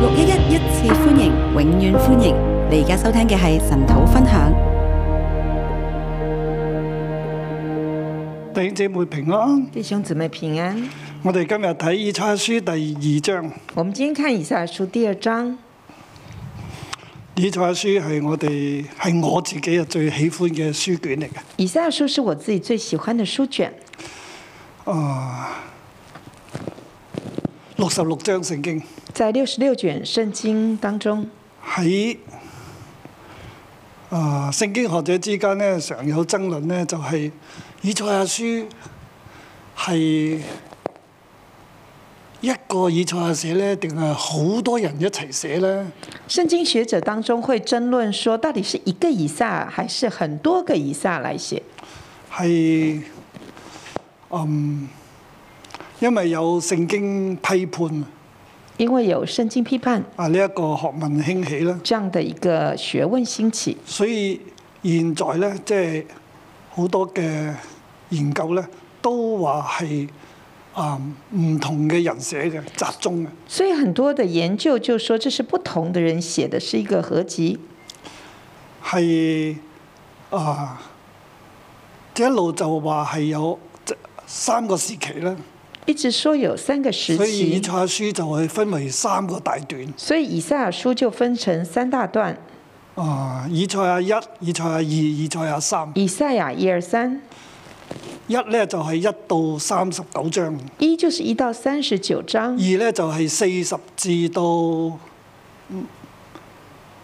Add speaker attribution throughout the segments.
Speaker 1: 六一一一次歡迎，永遠歡迎！你而家收聽嘅係神土分享。
Speaker 2: 弟兄姊妹平安，
Speaker 3: 弟兄姊妹平安，
Speaker 2: 我哋今日睇以賽亞書第二章。
Speaker 3: 我们今天看以下書第二章。
Speaker 2: 以賽亞書係我哋係我自己啊最喜歡嘅書卷嚟嘅。
Speaker 3: 以下書是我自己最喜歡的書卷，
Speaker 2: 六十六章聖經
Speaker 3: 在六十六卷聖經當中，
Speaker 2: 喺啊、聖經學者之間咧，常有爭論咧，就係、以賽亞書係一個以賽亞寫咧，定係好多人一齊寫咧？
Speaker 3: 聖經學者當中會爭論說，到底是一個以撒還是很多個以撒來寫？
Speaker 2: 係嗯，因為有聖經批判
Speaker 3: 因為有聖經批判
Speaker 2: 啊呢一、個學問興起啦，
Speaker 3: 這樣的一個學問興起，
Speaker 2: 所以現在咧即係好多嘅研究咧都話係啊唔同嘅人寫嘅集中嘅，
Speaker 3: 所以很多的研究就說這是不同的人寫的，是一個合集。
Speaker 2: 係啊即一路就話係有即三個時期啦，
Speaker 3: 一直說有三個時
Speaker 2: 所以以
Speaker 3: 期
Speaker 2: 賽，亞書就係分為三個大段。
Speaker 3: 所以以賽亞書就分成三大段：
Speaker 2: 啊！以賽亞一、以賽亞二、以賽亞三。
Speaker 3: 以賽亞一二三。
Speaker 2: 一咧就係一到三十九章，
Speaker 3: 一就是一到三十九章
Speaker 2: 二，咧就係四十至到五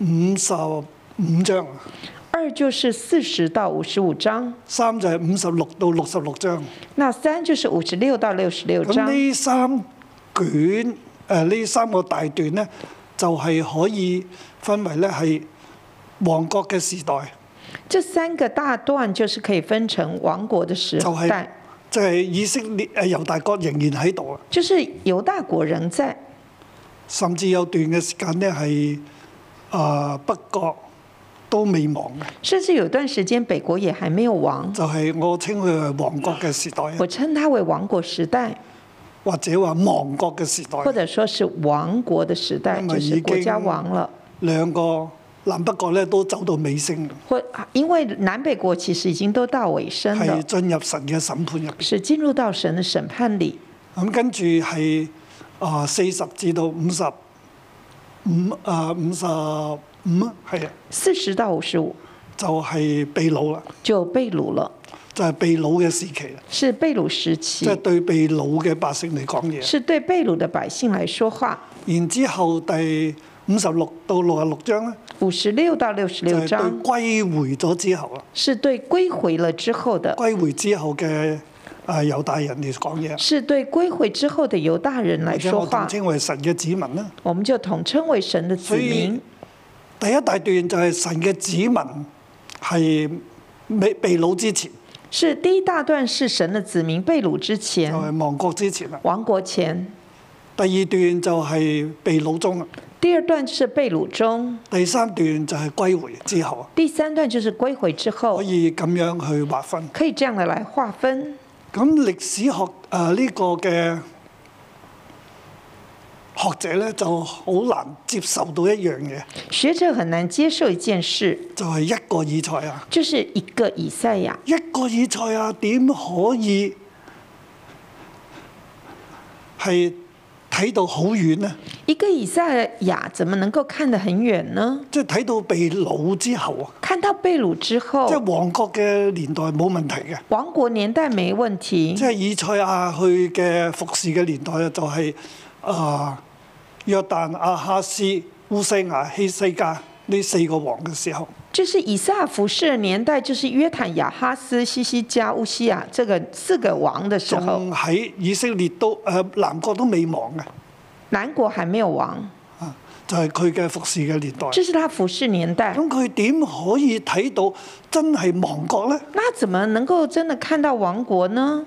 Speaker 2: 五十五章，
Speaker 3: 二就是四十到五十五章，
Speaker 2: 三就係五十六到六十六章。
Speaker 3: 那三就是五十六到六十六章
Speaker 2: 咁。呢三卷誒呢、三個大段咧，就係、可以分為咧係王國嘅時代，
Speaker 3: 这三個大段就是可以分成王國的時
Speaker 2: 就係、
Speaker 3: 代，
Speaker 2: 就係、以色列誒猶大國仍然喺度啊，
Speaker 3: 就是猶大國仍在，
Speaker 2: 甚至有段嘅時間咧係啊北國都未亡嘅。
Speaker 3: 甚至有段時間北國也還沒有亡。
Speaker 2: 就係我稱佢係亡國嘅時代，啊
Speaker 3: 我稱它為王國時代，
Speaker 2: 或者話亡國嘅時
Speaker 3: 或
Speaker 2: 代。
Speaker 3: 者說是王國的時代，
Speaker 2: 因為
Speaker 3: 就是國家
Speaker 2: 已經
Speaker 3: 亡了。
Speaker 2: 兩個南北國咧都走到尾聲，
Speaker 3: 或因為南北國其實已經都到尾聲
Speaker 2: 係
Speaker 3: 了，
Speaker 2: 進入神嘅審判入邊。
Speaker 3: 是進入到神的審判裡。
Speaker 2: 咁跟住係啊四十至到五十五啊五十五啊，係啊，
Speaker 3: 四十到五十五
Speaker 2: 就係、被掳啦，
Speaker 3: 就被擄了。
Speaker 2: 就係、被擄嘅時期啦，
Speaker 3: 是被掳時期
Speaker 2: 即係，對被擄嘅百姓嚟講嘢。
Speaker 3: 是對被掳的百姓來說話。
Speaker 2: 然之後第五十六到六十六章咧，
Speaker 3: 五十六到六十
Speaker 2: 就
Speaker 3: 六
Speaker 2: 係、
Speaker 3: 章
Speaker 2: 對歸回咗之後啦。
Speaker 3: 是對歸回了之後的，
Speaker 2: 歸回之後嘅誒猶大人嚟講嘢，
Speaker 3: 是對歸回之後的猶大人
Speaker 2: 或
Speaker 3: 來
Speaker 2: 者
Speaker 3: 說
Speaker 2: 我統
Speaker 3: 話，
Speaker 2: 稱為神嘅子民啦。
Speaker 3: 我們就統稱為神的子
Speaker 2: 所以
Speaker 3: 民。
Speaker 2: 第一大段就係神嘅子民係未被擄之前，
Speaker 3: 是第一大段是神的子民被擄之
Speaker 2: 就
Speaker 3: 前，
Speaker 2: 係亡國之前啦。
Speaker 3: 亡國前；
Speaker 2: 第二段就係被擄中啦，
Speaker 3: 第二段就是被擄中，
Speaker 2: 第三段就係歸回之後，
Speaker 3: 第三段就是歸回之後
Speaker 2: 可。以咁樣去劃分。
Speaker 3: 可以這樣的來劃分。
Speaker 2: 咁歷史學呃誒呢、個嘅學者咧就好難接受到一樣嘢，
Speaker 3: 學者很難接受一件事，
Speaker 2: 就係、一個以賽啊。
Speaker 3: 就是一個以賽亞，
Speaker 2: 一個以賽亞點可以係睇到好遠呢？
Speaker 3: 一個以賽亞怎麼能夠看得很遠呢？
Speaker 2: 即係睇到被擄之後啊，
Speaker 3: 看到被擄之後
Speaker 2: 即，係亡國嘅年代冇問題嘅，
Speaker 3: 亡國年代沒問題
Speaker 2: 即，係以賽亞佢嘅服侍嘅年代啊，就係、啊、約旦、亞哈斯、烏西亞、希西家呢四個王嘅時候，
Speaker 3: 就是以賽亞服侍的年代，就是約坦、亞哈斯、西西加、烏西亞這個四個王的時候，
Speaker 2: 仲喺以色列都誒、呃南國都未亡嘅，
Speaker 3: 南國還沒有亡，
Speaker 2: 啊就係佢嘅服侍嘅年代。
Speaker 3: 這是他服侍年代。
Speaker 2: 咁佢點可以睇到真係亡國呢？
Speaker 3: 那怎麼能夠真的看到亡國呢？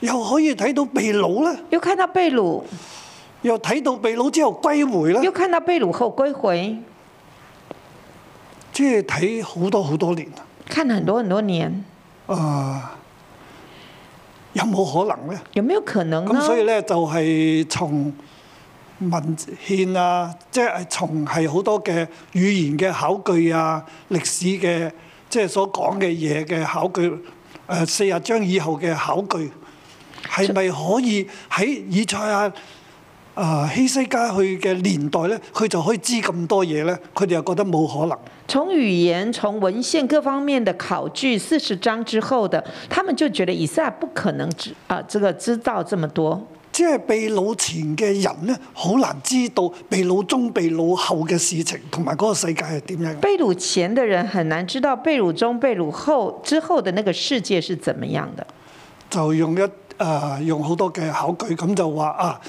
Speaker 2: 又可以睇到被擄呢？
Speaker 3: 又看到被擄，
Speaker 2: 又睇到被擄之後歸回
Speaker 3: 又
Speaker 2: 呢？
Speaker 3: 看到被擄後歸回，
Speaker 2: 即係睇好多好多年啊！
Speaker 3: 看了很多很多年。
Speaker 2: 有冇可能呢？
Speaker 3: 有沒有可能
Speaker 2: 咁所以
Speaker 3: 呢？
Speaker 2: 呢，就係從文獻啊，即係從係好多嘅語言嘅考據啊、歷史嘅即係所講嘅嘢嘅考據，誒四十章以後嘅考據，係咪可以喺以賽亞啊希西家去嘅年代咧，佢就可以知咁多嘢咧？佢哋又覺得冇可能。
Speaker 3: 从语言、从文献各方面的考据，四十章之后的，他们就觉得以赛不可能知啊、这个知道这么多。
Speaker 2: 即係被擄前嘅人咧，好難知道被擄中、被擄後嘅事情，同埋嗰個世界係點樣。
Speaker 3: 被掳前的人很难知道被掳中、被掳后之后的那个世界是怎么样的，
Speaker 2: 就用一誒、呃用好多嘅考據，咁就話啊，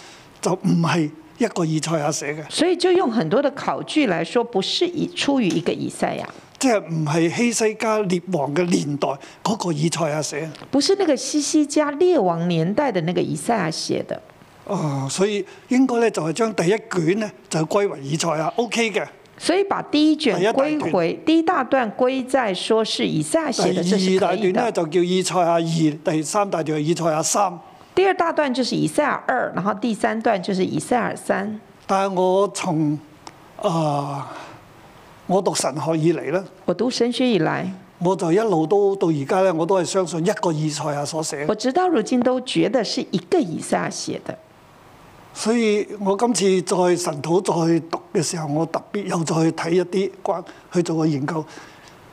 Speaker 2: 就唔係一個以賽亞寫嘅，
Speaker 3: 所以就用很多的考据来说，不是以出于一个以赛亚，
Speaker 2: 即係唔係希西家列王嘅年代嗰、個以賽亞寫。
Speaker 3: 不是那个西西加列王年代的那个以赛亚写的，
Speaker 2: 啊、所以應該咧就係將第一卷咧就歸為以賽亞，OK 嘅。
Speaker 3: 所以把第一
Speaker 2: 哎呀大
Speaker 3: 卷归
Speaker 2: 段
Speaker 3: 回第一大段归在说是以赛亚
Speaker 2: 第
Speaker 3: 写的，这是
Speaker 2: 二大
Speaker 3: 可以
Speaker 2: 段咧
Speaker 3: 的。
Speaker 2: 就叫以賽亞二，第三大段係以賽亞三。
Speaker 3: 第二大段就是以赛亚二，然后第三段就是以赛亚三。
Speaker 2: 但係我從啊、我讀神學以嚟咧，
Speaker 3: 我读神学以来，
Speaker 2: 我就一路都到而家咧，我都係相信一個以賽亞所寫嘅
Speaker 3: 我直到如今都觉得是一个以赛亚写的。
Speaker 2: 所以我今次再神土再讀嘅時候，我特別又再睇一啲關去做個研究，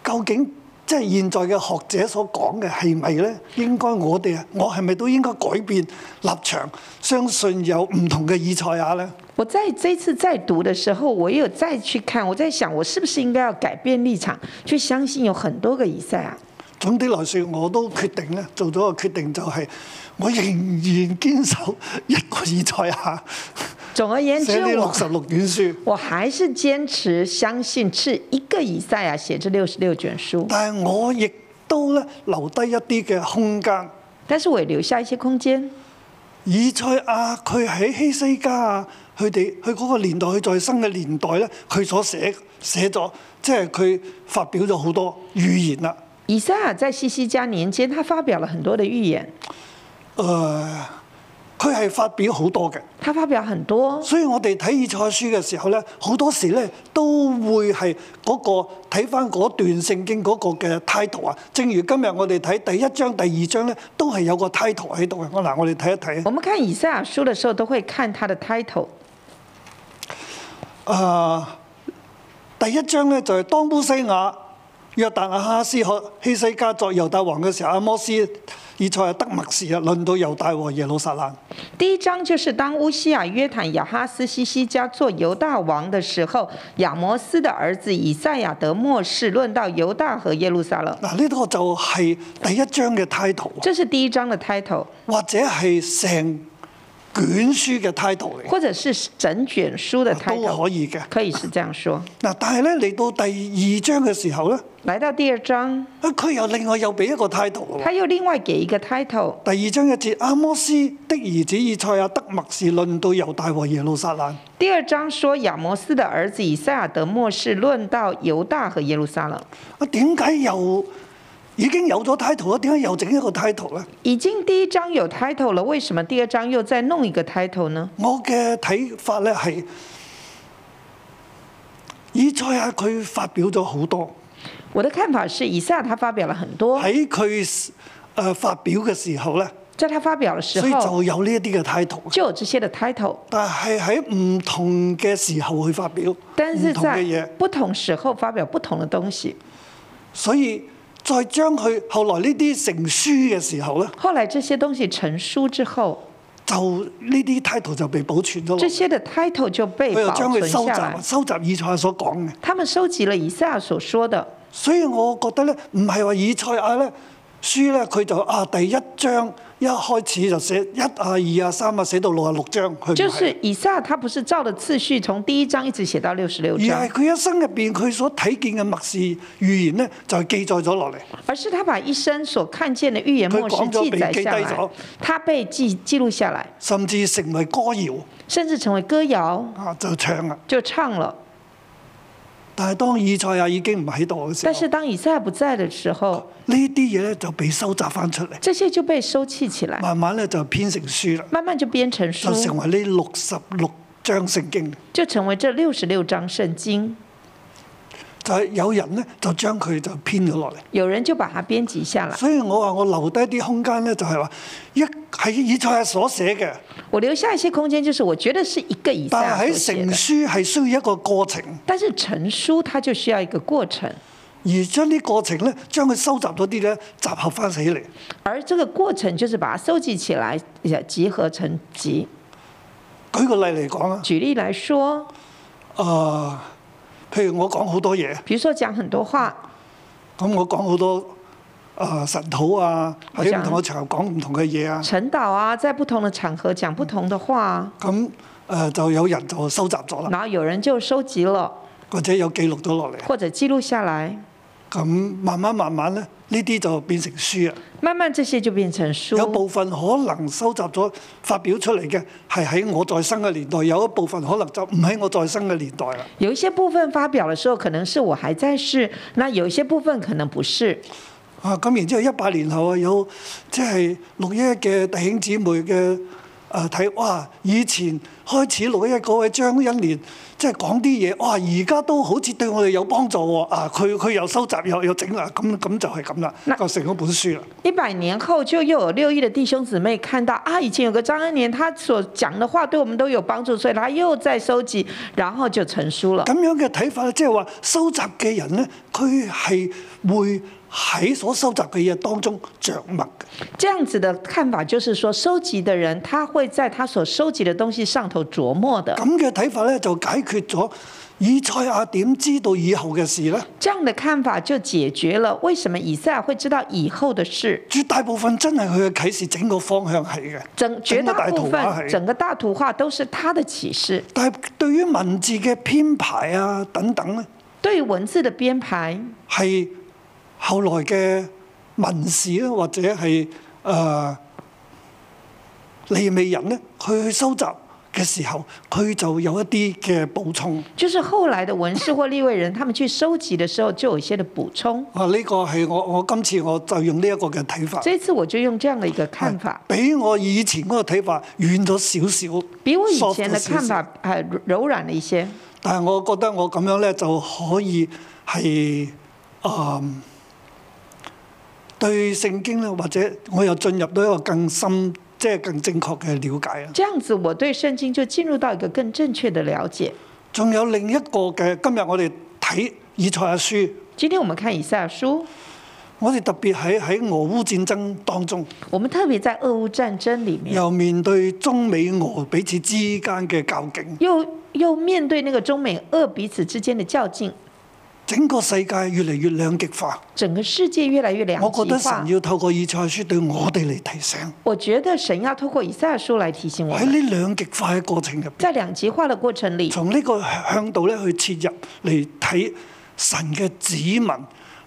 Speaker 2: 究竟即係現在嘅學者所講嘅係咪呢？應該我哋啊，我係咪都應該改變立場，相信有唔同嘅以賽亞呢？
Speaker 3: 我在这次再读的时候，我也有再去看，我在想，我是不是应该要改变立场，去相信有很多个以赛亚。
Speaker 2: 總的來說，我都決定呢，做咗個決定就係、我仍然堅守一個以賽亞
Speaker 3: 总而言
Speaker 2: 寫
Speaker 3: 之
Speaker 2: 呢，六
Speaker 3: 我
Speaker 2: 十六卷書。
Speaker 3: 我还是坚持相信是一个以赛亚写这六十六卷书，
Speaker 2: 但係我亦都咧留低一啲嘅空間。
Speaker 3: 但是我也留下一些空间。
Speaker 2: 以賽亞佢喺希西家啊，佢哋佢嗰個年代，佢在生嘅年代咧，佢所寫寫咗，即係佢發表咗好多預言啦。
Speaker 3: 以赛亚在西西家年间，他发表了很多的预言，
Speaker 2: 誒、呃佢係發表好多嘅，
Speaker 3: 他发表很多，
Speaker 2: 所以我哋睇以賽亞書嘅時候咧，好多時咧都會係嗰、個睇翻嗰段聖經嗰個嘅 title 啊。正如今日我哋睇第一章、第二章咧，都係有個 title 喺度嘅。我嗱，我哋睇一睇。
Speaker 3: 我们看以赛亚书的时候，都会看它的 title。
Speaker 2: 啊、第一章咧就係、當烏西亞、約旦亞哈斯可希西家作猶大王嘅時候，阿摩斯以賽亞德默士啊，論到猶大和耶路撒冷。
Speaker 3: 第一章就是当乌西亚、约坦、亚哈斯、西西家做犹大王的时候，亚摩斯的儿子以赛亚得末世，论到犹大和耶路撒冷。
Speaker 2: 嗱，呢個就係第一章嘅 title，
Speaker 3: 这是第一章的 title，
Speaker 2: 或者係成卷書嘅 title 嚟，
Speaker 3: 或者是整卷书的
Speaker 2: 都
Speaker 3: title，
Speaker 2: 可以嘅。
Speaker 3: 可以是这样说。
Speaker 2: 嗱，但係咧嚟到第二章嘅時候咧，
Speaker 3: 来到第二章，
Speaker 2: 啊佢又另外又俾一個 title 喎
Speaker 3: 他又另外给一个 title。
Speaker 2: 第二章一節，阿摩斯的兒子以賽亞德默士論到猶大和耶路撒冷。
Speaker 3: 第二章说亚摩斯的儿子以赛亚得末世，论到犹大和耶路撒冷。
Speaker 2: 啊，點解又已經有咗 title 啦？點解又整一個 title 咧？
Speaker 3: 已经第一章有 title 了，为什么第二章又再弄一个 title 呢？
Speaker 2: 我嘅睇法咧係，以賽亞佢發表咗好多
Speaker 3: 我的看法是，以赛亚他發表了很多，
Speaker 2: 喺佢誒發表嘅時候咧，
Speaker 3: 在他發表的時
Speaker 2: 所以
Speaker 3: 候
Speaker 2: 就有呢一啲嘅 title。
Speaker 3: 就有這些的 title，
Speaker 2: 但係喺唔同嘅時候去發表唔
Speaker 3: 但是
Speaker 2: 同嘅
Speaker 3: 在
Speaker 2: 嘢，
Speaker 3: 不同時候發表不同的東西。
Speaker 2: 所以再將佢後來呢啲成書嘅時候咧，
Speaker 3: 後來這些東西成書之後，
Speaker 2: 就呢啲 title 就被保存咗落
Speaker 3: 這，些的 title 就被
Speaker 2: 佢又
Speaker 3: 保
Speaker 2: 將佢
Speaker 3: 存
Speaker 2: 收
Speaker 3: 下來
Speaker 2: 集，。收集以賽亞所講嘅。
Speaker 3: 他們收集了以賽亞所說的，
Speaker 2: 所以我覺得咧，唔係話以賽亞咧書咧，佢就啊第一章一開始就寫一啊二啊三啊，寫到六啊六章，佢
Speaker 3: 就
Speaker 2: 唔
Speaker 3: 是
Speaker 2: 係。
Speaker 3: 以賽亞他不是照着次序從第一章一直寫到六十六
Speaker 2: 而係
Speaker 3: 章，
Speaker 2: 佢一生入邊，佢所睇見嘅默示預言咧，就記載咗落嚟。
Speaker 3: 而是他把一生所看見的預言
Speaker 2: 佢
Speaker 3: 末世
Speaker 2: 講咗
Speaker 3: 記
Speaker 2: 被記
Speaker 3: 載下
Speaker 2: 低
Speaker 3: 來
Speaker 2: 咗，
Speaker 3: 他被記記錄下來，
Speaker 2: 甚至成為歌謠
Speaker 3: 甚至成為歌謠
Speaker 2: 啊，就唱啦。
Speaker 3: 就唱了。
Speaker 2: 但係當以賽亞已經唔喺度嘅時
Speaker 3: 但
Speaker 2: 候
Speaker 3: 是，當以賽亞不在的時候，
Speaker 2: 呢啲嘢咧就被收集翻出嚟，
Speaker 3: 這些就被收棄起來，
Speaker 2: 慢慢咧就編成書啦，
Speaker 3: 慢慢就編成
Speaker 2: 就成
Speaker 3: 書，
Speaker 2: 為呢六十六章聖經，
Speaker 3: 就成为这六十六章圣经。
Speaker 2: 就係、有人咧就將佢就編咗落嚟。
Speaker 3: 有人就把它编辑下来。
Speaker 2: 所以我話我留低啲空間咧，就係話一係以賽亞所寫嘅，
Speaker 3: 我留下一些空间，就是我觉得是一个以
Speaker 2: 但
Speaker 3: 下
Speaker 2: 係
Speaker 3: 所
Speaker 2: 喺
Speaker 3: 写
Speaker 2: 成
Speaker 3: 的，
Speaker 2: 書係需要一個過程，
Speaker 3: 但是成书它就需要一个过程，
Speaker 2: 而將啲過程咧將佢收集咗啲咧集合翻起嚟。
Speaker 3: 而这个过程就是把它收集起来，也集合成集。
Speaker 2: 舉個例嚟講啊，
Speaker 3: 举例来说，
Speaker 2: 誒、譬如我講好多嘢，
Speaker 3: 比如说讲很多话，
Speaker 2: 咁我講好多誒、神土啊，
Speaker 3: 我
Speaker 2: 喺
Speaker 3: 想
Speaker 2: 唔同嘅場合講唔同嘅嘢啊，
Speaker 3: 陈导啊，在不同的场合讲不同的话啊，
Speaker 2: 咁誒、呃就有人就收集咗啦，
Speaker 3: 然后有人就收集了
Speaker 2: 或者有記錄咗落嚟，
Speaker 3: 或者记录下来，
Speaker 2: 咁慢慢慢慢咧，呢啲就變成書啊。
Speaker 3: 慢慢这些就变成书。
Speaker 2: 有部分可能收集咗發表出嚟嘅係喺我在生嘅年代，有一部分可能就唔喺我在生嘅年代啦。
Speaker 3: 有一些部分发表的时候，可能是我还在世；那有一些部分可能不是。
Speaker 2: 啊，咁然之後一百年後啊，有即係六一嘅弟兄姊妹嘅誒睇，哇！以前開始六一嗰位張欣年，即係講啲嘢，哇！而家都好似對我哋有幫助喎。啊，佢佢又收集又又整啦，咁咁就係咁啦，
Speaker 3: 嗱
Speaker 2: 就成咗本書啦。
Speaker 3: 一百年后，就又有六亿的弟兄姊妹看到啊，以前有个张恩年，他所讲的话对我们都有帮助，所以他又在收集，然后就成书了。
Speaker 2: 咁樣嘅睇法咧，即係話收集嘅人咧，佢係會喺所收集嘅嘢當中着墨嘅。
Speaker 3: 这样子的看法就是说，收集的人他会在他所收集的东西上头琢磨的。
Speaker 2: 咁嘅睇法咧，就解決咗以賽亞點知道以後嘅事咧？
Speaker 3: 这样的看法就解决了为什么以赛亚会知道以后的事。
Speaker 2: 絕大部分真係佢嘅啟示整個方向係嘅，
Speaker 3: 整绝
Speaker 2: 整個
Speaker 3: 大
Speaker 2: 大
Speaker 3: 部
Speaker 2: 圖畫
Speaker 3: 分
Speaker 2: 係。
Speaker 3: 整个大图画都是他的启示，
Speaker 2: 但係對於文字嘅編排啊等等咧，
Speaker 3: 对于文字的编排
Speaker 2: 係後來嘅文士啦，或者係誒、呃、利未人咧，佢去收集嘅時候，佢就有一啲嘅補充。
Speaker 3: 就是后来的文士或立位人，他们去收集的时候就有一些的补充。
Speaker 2: 啊，呢、個係我我今次我就用呢一個嘅睇法，
Speaker 3: 这次我就用这样的一个看法，
Speaker 2: 比我以前嗰個睇法遠咗少少，
Speaker 3: 比我以
Speaker 2: soft
Speaker 3: 前
Speaker 2: 咗
Speaker 3: 的
Speaker 2: 少
Speaker 3: 看
Speaker 2: 少
Speaker 3: 法还柔软了一些。
Speaker 2: 但係我覺得我咁樣咧就可以係啊、嗯、對聖經咧，或者我又進入到一個更深即係更正確嘅了解啊。
Speaker 3: 这样子，我对圣经就进入到一个更正确的了解。
Speaker 2: 仲有另一個嘅，今日我哋睇以賽亞書，
Speaker 3: 今天我們看以赛亚书，
Speaker 2: 我哋特別喺喺俄烏戰爭當中，
Speaker 3: 我们特别在俄乌战争里面，
Speaker 2: 又面對中美俄彼此之間嘅較勁，
Speaker 3: 又又面对那个中美俄彼此之间的较劲，
Speaker 2: 整個世界越嚟越兩極化。
Speaker 3: 整个世界越来越两
Speaker 2: 我覺
Speaker 3: 极
Speaker 2: 得
Speaker 3: 化
Speaker 2: 神。要透過以賽亞書對我哋嚟提醒，
Speaker 3: 我觉得神要透过以赛亚书来提醒我
Speaker 2: 喺
Speaker 3: 们，
Speaker 2: 呢兩極化嘅過程入邊。
Speaker 3: 在两极化的过程里，
Speaker 2: 從呢個向度咧去切入嚟睇神嘅子民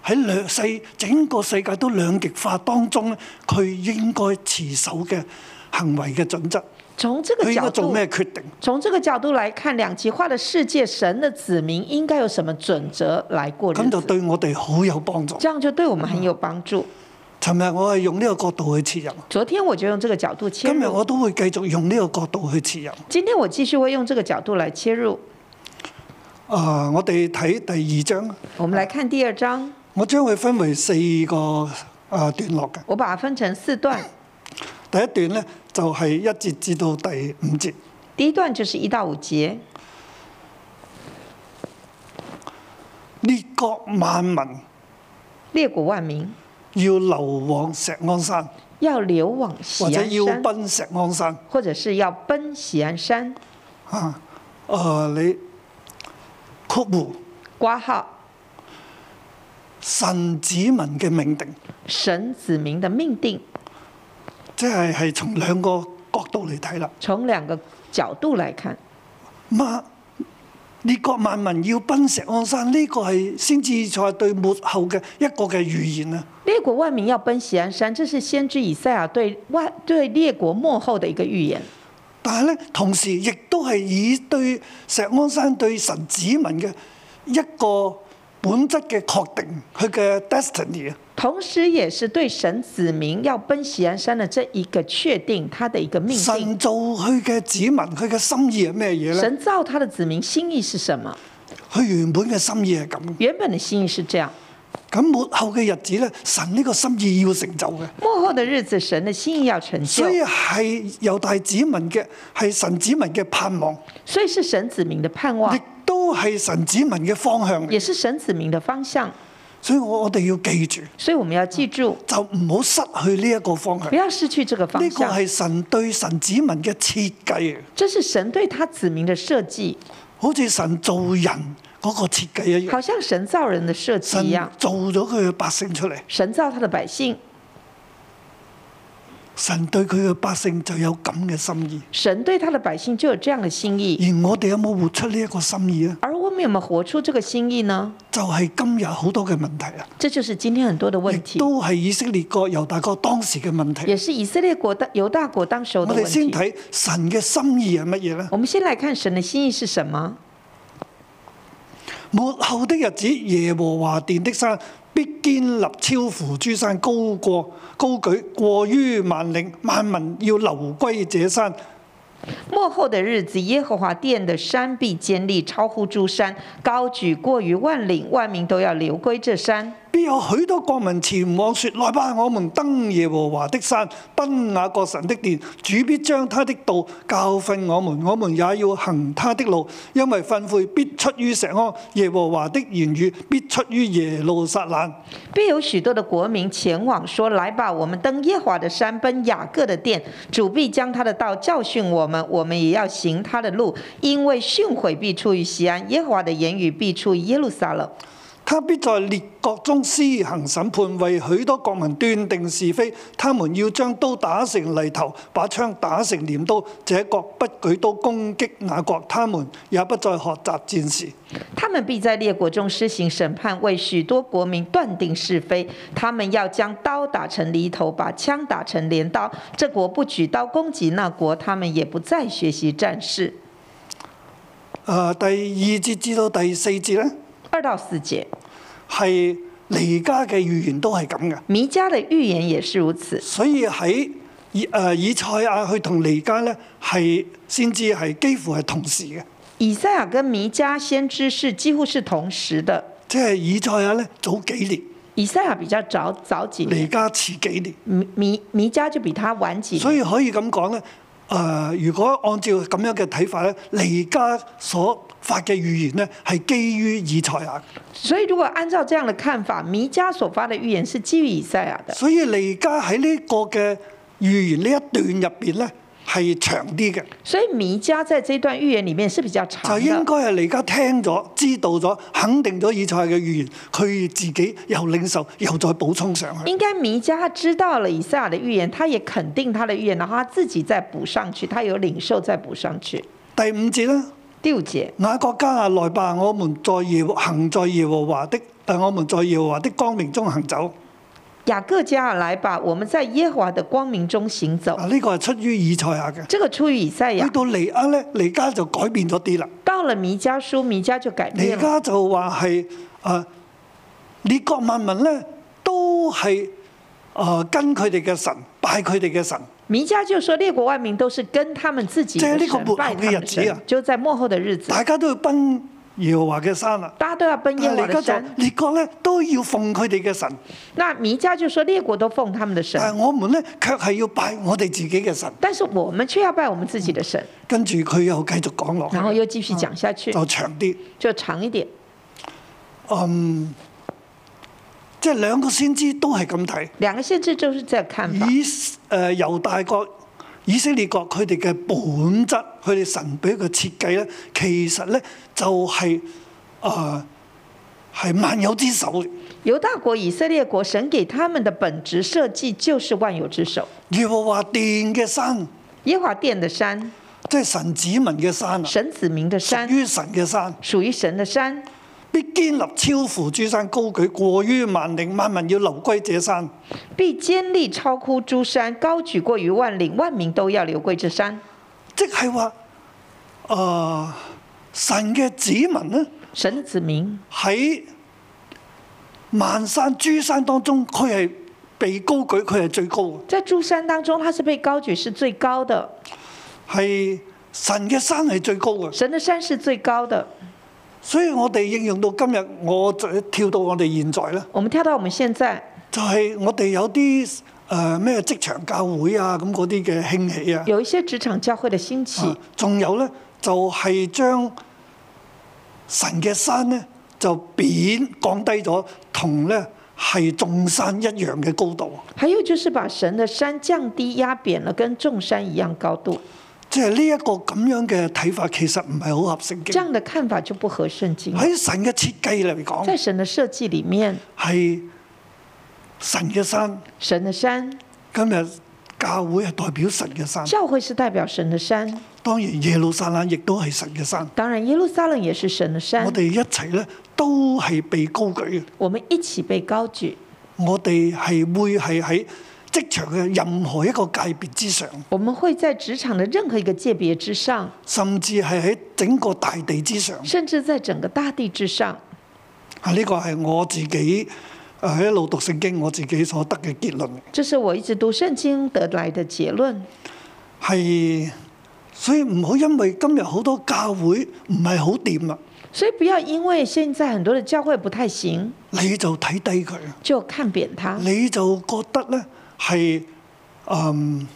Speaker 2: 喺兩世整個世界都兩極化當中咧，佢應該持守嘅行為嘅準則，
Speaker 3: 从这
Speaker 2: 佢
Speaker 3: 个
Speaker 2: 應該
Speaker 3: 角
Speaker 2: 做
Speaker 3: 度，
Speaker 2: 咩決定？
Speaker 3: 从这个角度来看，两极化的世界，神的子民应该有什么准则来过日
Speaker 2: 咁就
Speaker 3: 子？
Speaker 2: 對我哋好有幫助。
Speaker 3: 这样就对我们很有帮助。
Speaker 2: 尋日我係用呢個角度去切入，
Speaker 3: 昨天我就用这个角度切
Speaker 2: 今日
Speaker 3: 入，
Speaker 2: 我都會繼續用呢個角度去切入。
Speaker 3: 今天我继续会用这个角度来切入。
Speaker 2: 啊、我哋睇第二章，
Speaker 3: 我们来看第二章，
Speaker 2: 我將佢分為四個啊、段落嘅。
Speaker 3: 我把它分成四段，
Speaker 2: 第一段咧就係、一節至到第五節。
Speaker 3: 第一段就是一到五节，
Speaker 2: 列國萬民
Speaker 3: 列国万民
Speaker 2: 要流往石安山，
Speaker 3: 要流往喜
Speaker 2: 或者
Speaker 3: 安
Speaker 2: 要
Speaker 3: 山，
Speaker 2: 奔石安山
Speaker 3: 或者是要奔喜安山。
Speaker 2: 啊！誒、你括弧
Speaker 3: 挂号
Speaker 2: 神子民嘅命定，
Speaker 3: 神子民的命定，
Speaker 2: 即係係從兩個角度嚟睇啦。
Speaker 3: 从两个角度来看，
Speaker 2: 萬列國萬民要奔石安山，呢、個係先至才對末後嘅一個嘅預言啊！
Speaker 3: 列国万民要奔喜安山，这是先知以赛亚对外对列国幕后的一个预言。
Speaker 2: 但係咧，同時亦都係以對石安山對神子民嘅一個本質嘅確定，佢嘅 destiny 啊！
Speaker 3: 同时也是对神子民要奔喜安山的这一个确定，他的一个命定。
Speaker 2: 神做佢嘅子民，佢嘅心意係咩嘢咧？
Speaker 3: 神造他的子民心意是什么？
Speaker 2: 佢原本嘅心意係咁。
Speaker 3: 原本的心意是这样，
Speaker 2: 咁末後嘅日子咧，神呢個心意要成就嘅，
Speaker 3: 幕后的日子，神的心意要成就
Speaker 2: 所，以係猶大子民嘅，係神子民嘅盼望，
Speaker 3: 所以是神子民的盼望
Speaker 2: 亦，都係神子民嘅方向嚟。
Speaker 3: 也是神子民的方向。
Speaker 2: 所以我我哋要記住，
Speaker 3: 所以我们要记住，
Speaker 2: 就唔好失去呢一個方向。
Speaker 3: 不要失去这个方
Speaker 2: 呢個
Speaker 3: 向。
Speaker 2: 係神對神子民嘅設計，啊
Speaker 3: 这是神对他子民的设计，
Speaker 2: 好似神做人嗰個設計一樣。
Speaker 3: 好啊像神造人的设计
Speaker 2: 神
Speaker 3: 一样。
Speaker 2: 做咗佢嘅百姓出嚟，
Speaker 3: 神造他的百姓，
Speaker 2: 神對佢嘅百姓就有咁嘅心意。
Speaker 3: 神对他的百姓就有这样的心意。
Speaker 2: 而我哋有冇活出呢一個心意咧？啊
Speaker 3: 而我们有没有活出这个心意呢？
Speaker 2: 就係、今日好多嘅問題啊！
Speaker 3: 这就是今天很多的问
Speaker 2: 亦
Speaker 3: 题，
Speaker 2: 都係以色列國猶大國當時嘅問題。
Speaker 3: 也是以色列国的犹大国当时候
Speaker 2: 我
Speaker 3: 的问
Speaker 2: 哋先
Speaker 3: 题。
Speaker 2: 睇神嘅心意係乜嘢呢？
Speaker 3: 我们先来看神的心意是什么。
Speaker 2: 末後的日子，耶和華殿的山必堅立，超乎諸山，高過高舉，過於萬嶺。萬民要流歸這山。
Speaker 3: 末后的日子，耶和华殿的山必坚立，超乎诸山，高举过于万岭，万民都要流归这山。
Speaker 2: 必有許多國民前往說：來吧，我們登耶和華的山，奔雅各神的殿。主必將他的道教訓我們，我們也要行他的路，因為訓誨必出於錫安，耶和華的言語必出於耶路撒冷。
Speaker 3: 必有许多的国民前往，说：“来吧，我们登耶和华的山，奔雅各的殿。主必将他的道教训我们，我们也要行他的路，因为训诲必出于西安，耶和华的言语必出于耶路撒冷。
Speaker 2: 他必在列國中施行審判，為許多國民斷定是非。他們要將刀打成犁頭，把槍打成鐮刀。這國不舉刀攻擊那國，他們也不再學習戰士。
Speaker 3: 他们必在列国中施行审判，为许多国民断定是非。他们要将刀打成犁头，把枪打成镰刀。这国不举刀攻击那国，他们也不再学习战事。
Speaker 2: 誒、呃第二節至到第四節咧，
Speaker 3: 二到四节，
Speaker 2: 係離家嘅預言都係咁嘅，
Speaker 3: 弥迦的预言也是如此。
Speaker 2: 所以喺以誒、以賽亞佢同離家咧係先至係幾乎係同時嘅，
Speaker 3: 以赛亚跟弥迦先知是几乎是同时的，
Speaker 2: 即係以賽亞咧早幾年，
Speaker 3: 以赛亚比较早早几
Speaker 2: 離
Speaker 3: 年，
Speaker 2: 家遲幾年，
Speaker 3: 弥弥弥迦就比他晚几
Speaker 2: 所
Speaker 3: 年。
Speaker 2: 以可以咁講咧。誒、如果按照咁樣嘅睇法咧，離家所發嘅預言咧係基於以賽亞，
Speaker 3: 所以如果按照这样的看法，弥迦所发的预言是基于以赛亚的，
Speaker 2: 所以離家喺呢個嘅預言呢一段入邊咧係長啲嘅。
Speaker 3: 所以弥迦在这段预言里面是比较长
Speaker 2: 就應
Speaker 3: 的。
Speaker 2: 該係你而家聽咗、知道咗、肯定咗以賽嘅預言，佢自己又領受，又再補充上去。
Speaker 3: 应该弥迦他知道了以赛亚的预言，他也肯定他的预言，然后他自己再补上去，他有领受再补上去。
Speaker 2: 第五節咧，
Speaker 3: 第五节，
Speaker 2: 雅各家啊，來吧，我們在耶和行在耶和華的，但我們在耶和華的光明中行走。
Speaker 3: 雅各家啊来吧，我们在耶和华的光明中行走
Speaker 2: 啊，。呢、個係出於以賽亞嘅。
Speaker 3: 这个出于以赛亚
Speaker 2: 去。到尼厄咧，尼家就改變咗啲啦。
Speaker 3: 到了弥迦书，弥迦就改
Speaker 2: 尼
Speaker 3: 变了。
Speaker 2: 家就話係誒，列國萬民咧都係誒、呃跟佢哋嘅神，拜佢哋嘅神。
Speaker 3: 弥迦就说，列国万民都是跟他们自己
Speaker 2: 在
Speaker 3: 的
Speaker 2: 那个
Speaker 3: 神
Speaker 2: 幕后
Speaker 3: 拜他
Speaker 2: 的
Speaker 3: 们
Speaker 2: 日
Speaker 3: 的
Speaker 2: 子啊
Speaker 3: 神，就在幕后的日子，
Speaker 2: 大家都要奔耶和華嘅山啦。
Speaker 3: 大家都要奔耶
Speaker 2: 但係而
Speaker 3: 和华的
Speaker 2: 家就
Speaker 3: 山。
Speaker 2: 啊列國咧都要奉佢哋嘅神，
Speaker 3: 那弥迦就说，列国都奉他们的
Speaker 2: 但係
Speaker 3: 神，
Speaker 2: 我們咧卻係要拜我哋自己嘅神。
Speaker 3: 但是我们却要拜我们自己的神。
Speaker 2: 跟住佢又繼續講落
Speaker 3: 然后
Speaker 2: 去，
Speaker 3: 又继续讲下去，
Speaker 2: 就長啲。
Speaker 3: 就长一点。
Speaker 2: 嗯，即係兩個先知都係咁睇，
Speaker 3: 两个限制就是这个看法。
Speaker 2: 以誒、呃、猶大國、以色列國佢哋嘅本質，佢哋神俾佢嘅設計咧，其實咧就係誒係萬有之首嚟。
Speaker 3: 犹大国、以色列国，神给他们的本质设计就是万有之首。
Speaker 2: 耶和華殿嘅山，
Speaker 3: 耶和华殿的山，
Speaker 2: 即係神子民嘅山啊，
Speaker 3: 神子民的
Speaker 2: 屬
Speaker 3: 山，
Speaker 2: 於嗯神嘅山。
Speaker 3: 属于神的山，
Speaker 2: 必堅立超乎諸山，高舉過於萬嶺，萬民要流歸這山。
Speaker 3: 必坚立超乎诸山，高举过于万岭，万民都要流归这山。
Speaker 2: 即呃係話，誒、神嘅子民呢，
Speaker 3: 神的子民
Speaker 2: 喺萬山諸山當中，佢係被高舉，佢係最高嘅，
Speaker 3: 在诸山当中，他是被高举是最高的，
Speaker 2: 係神嘅山係最高嘅。
Speaker 3: 神的山是最高的。
Speaker 2: 所以我哋應用到今日，我就跳到我哋現在咧，
Speaker 3: 我们跳到我们现在，
Speaker 2: 就係、我哋有啲誒咩職場教會啊咁嗰啲嘅興起啊，
Speaker 3: 有一些职场教会的兴起
Speaker 2: 啊，仲有咧就係、將神嘅山咧就扁降低咗，同咧係眾山一樣嘅高度，
Speaker 3: 还有就是把神的山降低压扁了，跟众山一样高度。
Speaker 2: 即係呢一個咁樣嘅睇法，其實唔係好合聖
Speaker 3: 这
Speaker 2: 經。
Speaker 3: 样的看法就不合圣经。
Speaker 2: 喺神嘅設計嚟
Speaker 3: 在
Speaker 2: 講，
Speaker 3: 神的设计里面，
Speaker 2: 係神嘅山。
Speaker 3: 神的山，
Speaker 2: 今日教會係代表神嘅山。
Speaker 3: 教会是代表神的山，
Speaker 2: 當然耶路撒冷亦都係神嘅山，
Speaker 3: 当然耶路撒冷也是神的山
Speaker 2: 我。哋一齊咧都係被高舉嘅，
Speaker 3: 我们一起被高举，
Speaker 2: 我哋係會係喺職場嘅任何一個界別之上，
Speaker 3: 我们会在职场的任何一个界别之上，
Speaker 2: 甚至係喺整個大地之上。
Speaker 3: 甚至在整个大地之上。
Speaker 2: 啊，呢個係我自己誒一路讀聖經我自己所得嘅結論，
Speaker 3: 这是我一直读圣经得来的结论。
Speaker 2: 係所以唔好因為今日好多教會唔係好掂啊，
Speaker 3: 所以不要因为现在很多的教会不太行，
Speaker 2: 你就睇低佢。
Speaker 3: 就看扁它，
Speaker 2: 你就覺得咧係嗯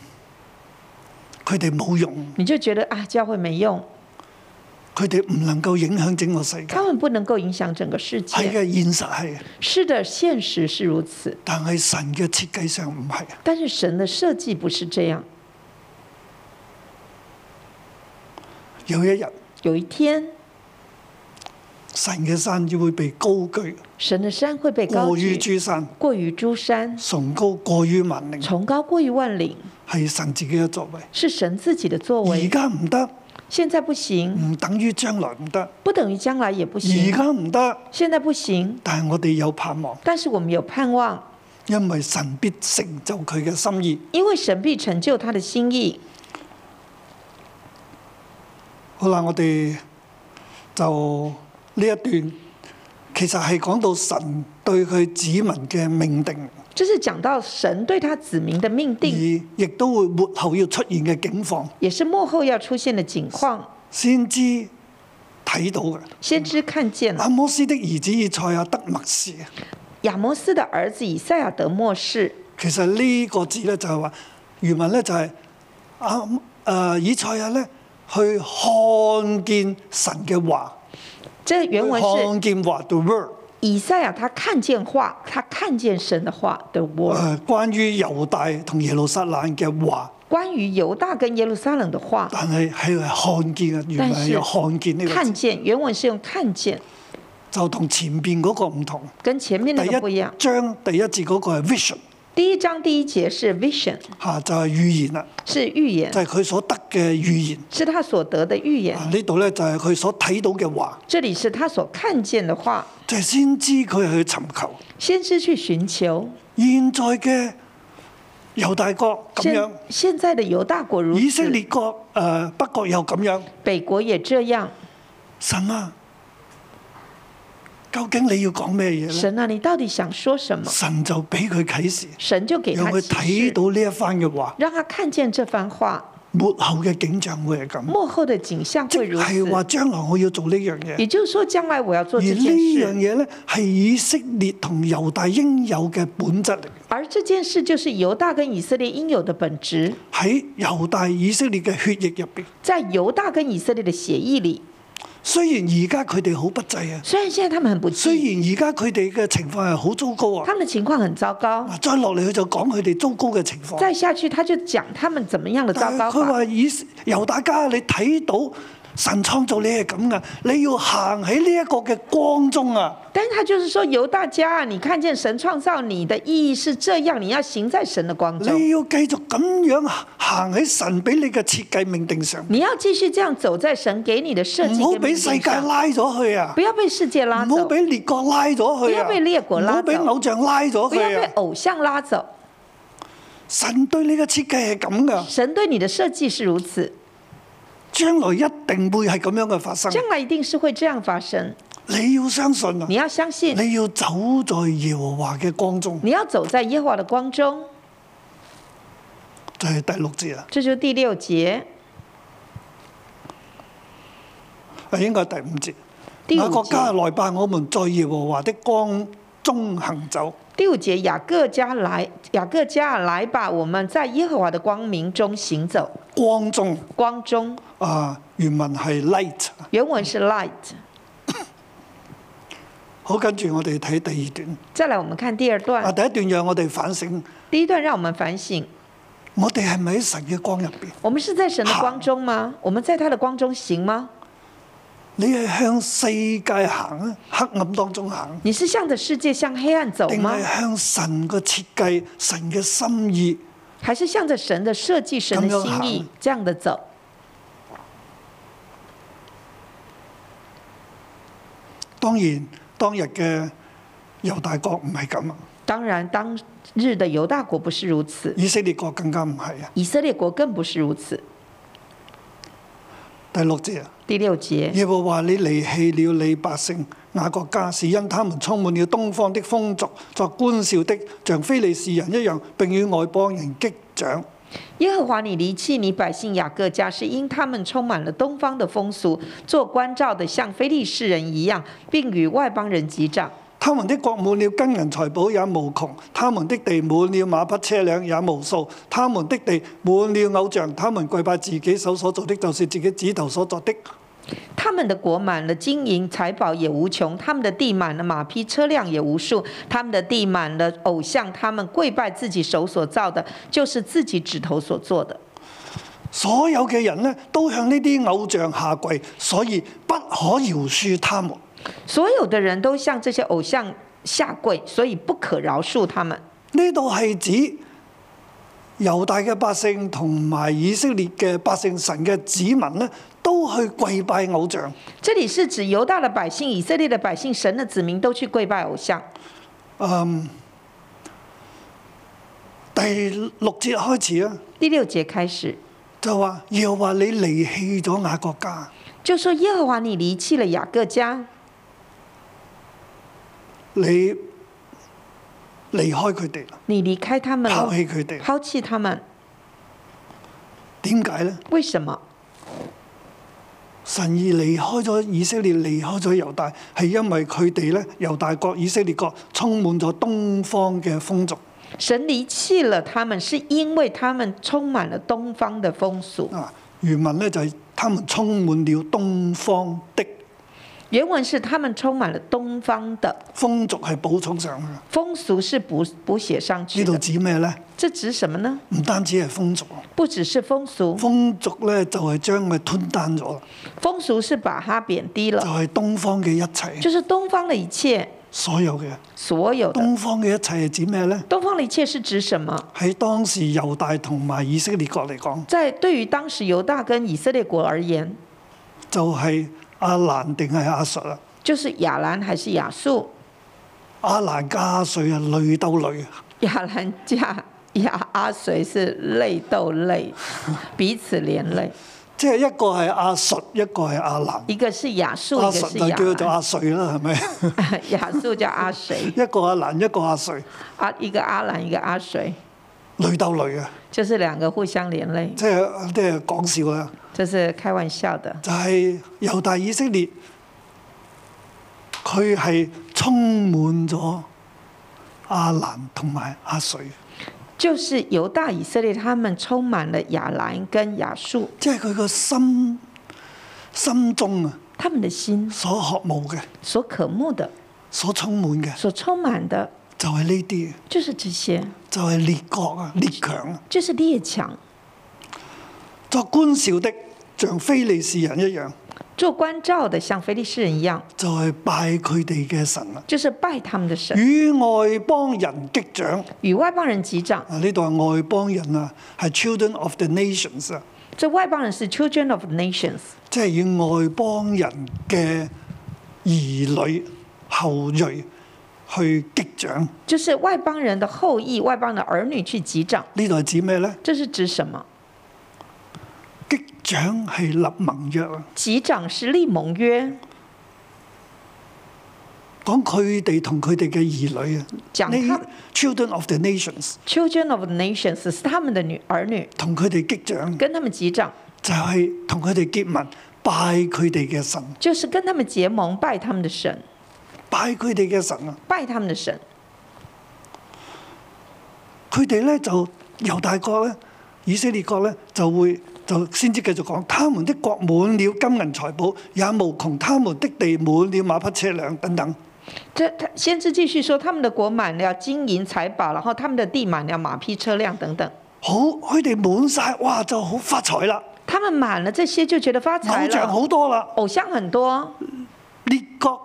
Speaker 2: 佢哋冇用，
Speaker 3: 你就觉得啊，教会没用，
Speaker 2: 佢哋唔能夠影響整個世界
Speaker 3: 他。们不能够影响整个世
Speaker 2: 係
Speaker 3: 界。
Speaker 2: 嘅，現實係，
Speaker 3: 是的，现实是如此，
Speaker 2: 但係神嘅設計上唔係。
Speaker 3: 但是神的设计不是这样。
Speaker 2: 有一日，
Speaker 3: 有一天，
Speaker 2: 神嘅山要會被高舉，
Speaker 3: 神的山会被高
Speaker 2: 過於
Speaker 3: 举，
Speaker 2: 諸山，
Speaker 3: 过于诸山，
Speaker 2: 崇高過於萬靈，
Speaker 3: 崇高过于万岭，
Speaker 2: 係神自己嘅作為。
Speaker 3: 是神自己的作
Speaker 2: 而
Speaker 3: 为。
Speaker 2: 家唔得，
Speaker 3: 现在不行，
Speaker 2: 唔等於將來唔得。
Speaker 3: 不等于将来也不
Speaker 2: 而
Speaker 3: 行。
Speaker 2: 家唔得，
Speaker 3: 现在不行，
Speaker 2: 但係我哋有盼望，
Speaker 3: 但是我们有盼望，
Speaker 2: 因為神必成就佢嘅心意。
Speaker 3: 因为神必成就他的心意。
Speaker 2: 好啦，我哋就呢一段其實係講到神對佢子民嘅命定，
Speaker 3: 这是讲到神对他子民的命
Speaker 2: 而
Speaker 3: 定，
Speaker 2: 亦都會末後要出現嘅境況，
Speaker 3: 也是幕后要出现的景况。
Speaker 2: 先知睇到嘅。
Speaker 3: 先知看见了
Speaker 2: 阿摩斯的兒子以賽亞得默示，啊
Speaker 3: 亚摩斯的儿子以赛亚得末世，
Speaker 2: 其實呢個字咧就係話原文咧就係阿誒以賽亞咧去看見神嘅話，
Speaker 3: 这原文
Speaker 2: 去
Speaker 3: 是
Speaker 2: 看見話 the word。
Speaker 3: 以赛亚他看见话，他看见神的话的 word，
Speaker 2: 誒，關於猶大同耶路撒冷嘅話。
Speaker 3: 关于犹大跟耶路撒冷的话，
Speaker 2: 但係係看見啊，原來係有看見呢個
Speaker 3: 看
Speaker 2: 字，
Speaker 3: 见原文是用看见，
Speaker 2: 就同前邊嗰個唔同。
Speaker 3: 跟前面
Speaker 2: 第
Speaker 3: 那个不一
Speaker 2: 一
Speaker 3: 样。
Speaker 2: 章第一節嗰個係 vision
Speaker 3: 第一章第一节是 vision，
Speaker 2: 嚇、就係、預言啦，啊
Speaker 3: 是预言
Speaker 2: 就，係、佢所得嘅預言。
Speaker 3: 是他所得的预言
Speaker 2: 啊，。呢度咧就係佢所睇到嘅話，
Speaker 3: 这里是他所看见的话，
Speaker 2: 就係、先知佢去尋求。
Speaker 3: 先知去寻求。
Speaker 2: 現在嘅猶大國咁
Speaker 3: 现
Speaker 2: 樣，
Speaker 3: 现在的犹大国如
Speaker 2: 以色
Speaker 3: 此，
Speaker 2: 列國誒、呃北國又咁樣，
Speaker 3: 北国也这样。
Speaker 2: 神啊，究竟你要講咩嘢咧？
Speaker 3: 神啊，你到底想说什么？
Speaker 2: 神就俾佢啟示，
Speaker 3: 神就给
Speaker 2: 讓
Speaker 3: 他
Speaker 2: 佢
Speaker 3: 启
Speaker 2: 睇
Speaker 3: 示，
Speaker 2: 到呢一番嘅話。
Speaker 3: 让他看见这番话。
Speaker 2: 末後嘅景象會係咁，
Speaker 3: 幕后的景象
Speaker 2: 即
Speaker 3: 会如
Speaker 2: 係話
Speaker 3: 此。
Speaker 2: 將來我要做呢樣嘢，
Speaker 3: 也就是说，将来我要
Speaker 2: 而
Speaker 3: 做这
Speaker 2: 呢
Speaker 3: 件
Speaker 2: 樣
Speaker 3: 事，
Speaker 2: 嘢呢，係以色列同猶大應有嘅本質嚟嘅。
Speaker 3: 而这件事就是犹大跟以色列应有的本质，
Speaker 2: 喺猶大以色列嘅血液入邊，
Speaker 3: 在犹大跟以色列的协议里。
Speaker 2: 雖然而家佢哋好不濟啊，
Speaker 3: 虽然现在他们很不
Speaker 2: 雖
Speaker 3: 济，
Speaker 2: 然而家佢哋嘅情況係好糟糕啊
Speaker 3: 他，们的情况很糟糕。
Speaker 2: 嗱再落嚟佢就講佢哋糟糕嘅情況。
Speaker 3: 再下去，他就讲他们怎么样的糟
Speaker 2: 但係
Speaker 3: 糕
Speaker 2: 佢
Speaker 3: 法。
Speaker 2: 話以猶大家，你睇到神創造你係咁噶，你要行喺呢一個嘅光中啊！
Speaker 3: 但是他就是说，由大家啊，你看见神创造你的意义是这样，你要行在神的光中
Speaker 2: 你，要繼續咁樣行喺神俾你嘅設計命定上，
Speaker 3: 你要继续这样走在神给你的设计
Speaker 2: 唔好
Speaker 3: 跟
Speaker 2: 俾
Speaker 3: 命
Speaker 2: 世
Speaker 3: 定
Speaker 2: 界
Speaker 3: 上，
Speaker 2: 拉咗去啊
Speaker 3: 不！要被世界拉
Speaker 2: 唔好
Speaker 3: 走，
Speaker 2: 俾列國拉咗去
Speaker 3: 不
Speaker 2: 啊！
Speaker 3: 要被列國
Speaker 2: 唔好
Speaker 3: 拉走
Speaker 2: 俾偶像拉咗
Speaker 3: 不要
Speaker 2: 去
Speaker 3: 被
Speaker 2: 啊！
Speaker 3: 偶像拉走。
Speaker 2: 神對你嘅設計係咁噶，
Speaker 3: 神對你的设计是如此，
Speaker 2: 將來一定會係咁樣嘅發生。嗯
Speaker 3: 将来一定是会这样发生。
Speaker 2: 你要相信啊
Speaker 3: 你！要相信，
Speaker 2: 你要走在耶和華嘅光中，
Speaker 3: 你要走在耶和华的光中。
Speaker 2: 就係、第六節啊啦，
Speaker 3: 这就是第六节、
Speaker 2: 啊應該係第五節。
Speaker 3: 第
Speaker 2: 那
Speaker 3: 五
Speaker 2: 國啊家
Speaker 3: 节、
Speaker 2: 來吧，我們在耶和華的光中行走。
Speaker 3: 第五节，雅各家来，雅各家来吧，我们在耶和华的光明中行走。
Speaker 2: 光中
Speaker 3: 光中
Speaker 2: 啊，原文係 light。
Speaker 3: 原文是 light。
Speaker 2: 好，跟住我哋睇第二段。
Speaker 3: 再来，我们看第二
Speaker 2: 啊，
Speaker 3: 段，
Speaker 2: 第一段讓我哋反省，
Speaker 3: 第一段让我们反省：
Speaker 2: 我哋係咪喺神嘅光入邊？
Speaker 3: 我们是在神的光中吗？我们在他的光中行吗？
Speaker 2: 你係向世界行啊，黑暗當中行，
Speaker 3: 你是向着世界向黑暗走
Speaker 2: 定
Speaker 3: 吗
Speaker 2: 係？向神嘅設計、神嘅心意？
Speaker 3: 还是向着神的设计、神的心意这样的走？
Speaker 2: 當然，當日嘅猶大國唔係咁啊，
Speaker 3: 当然，当日的犹大国不是如此，
Speaker 2: 以色列國更加唔係啊。
Speaker 3: 以色列国更不是如此。
Speaker 2: 第六節啊，
Speaker 3: 第六节，
Speaker 2: 耶和華你離棄了你百姓雅各家，是因他們充滿了東方的風俗，作官兆的，像非利士人一樣，並與外邦人擊掌。
Speaker 3: 耶和华你离弃你百姓雅各家，是因他们充满了东方的风俗，做关照的像非利士人一样，并与外邦人击掌。
Speaker 2: 他們的國滿了金銀財寶也無窮，他們的地滿了馬匹車輛也無數，他們的地滿了偶像，他們跪拜自己手所做的，就是自己指頭所作的。
Speaker 3: 他们的国满了金银财宝也无穷，他们的地满了马匹车辆也无数，他们的地满了偶像，他们跪拜自己手所造的，就是自己指头所做的。
Speaker 2: 所有嘅人呢，都向呢啲偶像下跪，所以不可饒恕他們。
Speaker 3: 所有的人都向这些偶像下跪，所以不可饶恕他们。
Speaker 2: 呢度係指猶大嘅百姓同埋以色列嘅百姓，神嘅子民呢，都去跪拜偶像。
Speaker 3: 这里是指犹大的百姓、以色列的百姓、神的子民都去跪拜偶像。
Speaker 2: 第六節開始啊，
Speaker 3: 第六节开始
Speaker 2: 就話要話你離棄咗雅各家。
Speaker 3: 就说耶和华你离弃了雅各家，
Speaker 2: 你離開佢哋啦，啊
Speaker 3: 你离开他们
Speaker 2: 拋
Speaker 3: 了，
Speaker 2: 棄佢哋啦，
Speaker 3: 抛弃他们，
Speaker 2: 點解呢？
Speaker 3: 为什么？
Speaker 2: 神而離開咗以色列，離開咗猶大，係因為佢哋咧，猶大國、以色列國充滿咗東方嘅風俗
Speaker 3: 神离弃了他们，是因为他们充满了东方的风俗。
Speaker 2: 啊。原文咧就係、他們充滿了東方的
Speaker 3: 原文是他们充满了东方的
Speaker 2: 風俗係補充上去。
Speaker 3: 风俗，是补补写上去
Speaker 2: 呢度
Speaker 3: 的。
Speaker 2: 指咩呢？
Speaker 3: 这指什么呢？
Speaker 2: 唔單止係風俗，
Speaker 3: 不只是风俗，
Speaker 2: 風俗咧就係將佢吞單咗，
Speaker 3: 风俗是把它贬低
Speaker 2: 就
Speaker 3: 了，
Speaker 2: 係、東方嘅一切，
Speaker 3: 就是东方的一切，
Speaker 2: 所有嘅
Speaker 3: 所有的
Speaker 2: 東方嘅一切係指咩呢？
Speaker 3: 东方的一切是指什么？
Speaker 2: 喺當時猶大同埋以色列國嚟講，
Speaker 3: 在对于当时犹大跟以色列国而言，
Speaker 2: 就係、阿蘭定係阿述啊？
Speaker 3: 就是亚兰还是亚述，
Speaker 2: 阿蘭加阿瑞啊，累鬥累啊！
Speaker 3: 亚兰加亚阿谁是类斗类，彼此连累。
Speaker 2: 即係一個係阿述，一個係阿蘭。
Speaker 3: 一个是雅述，
Speaker 2: 阿
Speaker 3: 一
Speaker 2: 述
Speaker 3: 个是
Speaker 2: 就
Speaker 3: 雅
Speaker 2: 叫做
Speaker 3: 兰。
Speaker 2: 阿瑞啦，係咪？
Speaker 3: 雅述叫阿谁？
Speaker 2: 一個阿蘭，一個阿瑞，
Speaker 3: 阿一个阿兰，一个阿谁，
Speaker 2: 累鬥累啊！
Speaker 3: 就是两个互相连累，
Speaker 2: 即係即係講笑啊啦，
Speaker 3: 这是开玩笑的。
Speaker 2: 就係、猶大以色列，佢係充滿咗阿蘭同埋阿瑞，
Speaker 3: 就是犹大以色列，他们充满了雅兰跟雅述，
Speaker 2: 即係佢個心心中啊
Speaker 3: 他们的心
Speaker 2: 所渴慕嘅、
Speaker 3: 所渴慕的、
Speaker 2: 所充滿嘅，
Speaker 3: 所充满的，
Speaker 2: 就係呢啲嘅。
Speaker 3: 就是这些，
Speaker 2: 就係列國啊，列強啊，
Speaker 3: 就是列强。
Speaker 2: 作官兆的像非利士人一樣，
Speaker 3: 做关照的像非利士人一样，
Speaker 2: 就係、拜佢哋嘅神啦。
Speaker 3: 就是拜他们的神，
Speaker 2: 與外邦人擊掌
Speaker 3: 与外邦人击掌。
Speaker 2: 啊！呢度係外邦人啊，係 children of the nations 啊，
Speaker 3: 这外邦人是 children of nations，
Speaker 2: 即係與外邦人嘅兒女後裔去擊掌。
Speaker 3: 就是外邦人的后裔、外邦的儿女去击掌。
Speaker 2: 呢度係指咩呢？
Speaker 3: 这是指什么？
Speaker 2: 擊掌係立盟約啊，
Speaker 3: 击掌是立盟约，
Speaker 2: 講佢哋同佢哋嘅兒女啊，
Speaker 3: 講
Speaker 2: 呢
Speaker 3: 他
Speaker 2: children of the nations
Speaker 3: Children of the nations 是他們的女兒女，
Speaker 2: 同佢哋擊掌，
Speaker 3: 跟他們擊掌，
Speaker 2: 就係同佢哋結盟，拜佢哋嘅神，
Speaker 3: 就是跟他們結盟，拜他們的神，
Speaker 2: 拜佢哋嘅神啊！
Speaker 3: 拜他們的神。
Speaker 2: 佢哋咧就猶大國咧、以色列國咧就會就先至繼續講，他們的國滿了金銀財寶，也無窮；他們的地滿了馬匹車輛等等。
Speaker 3: 這他先知繼續說，他們的國滿了金銀財寶，然後他們的地滿了馬匹車輛等等。
Speaker 2: 好，佢哋滿晒，哇就好發財啦，
Speaker 3: 他們滿了這些就覺得發財
Speaker 2: 偶像
Speaker 3: 了，
Speaker 2: 好多啦，
Speaker 3: 偶像很多，
Speaker 2: 列國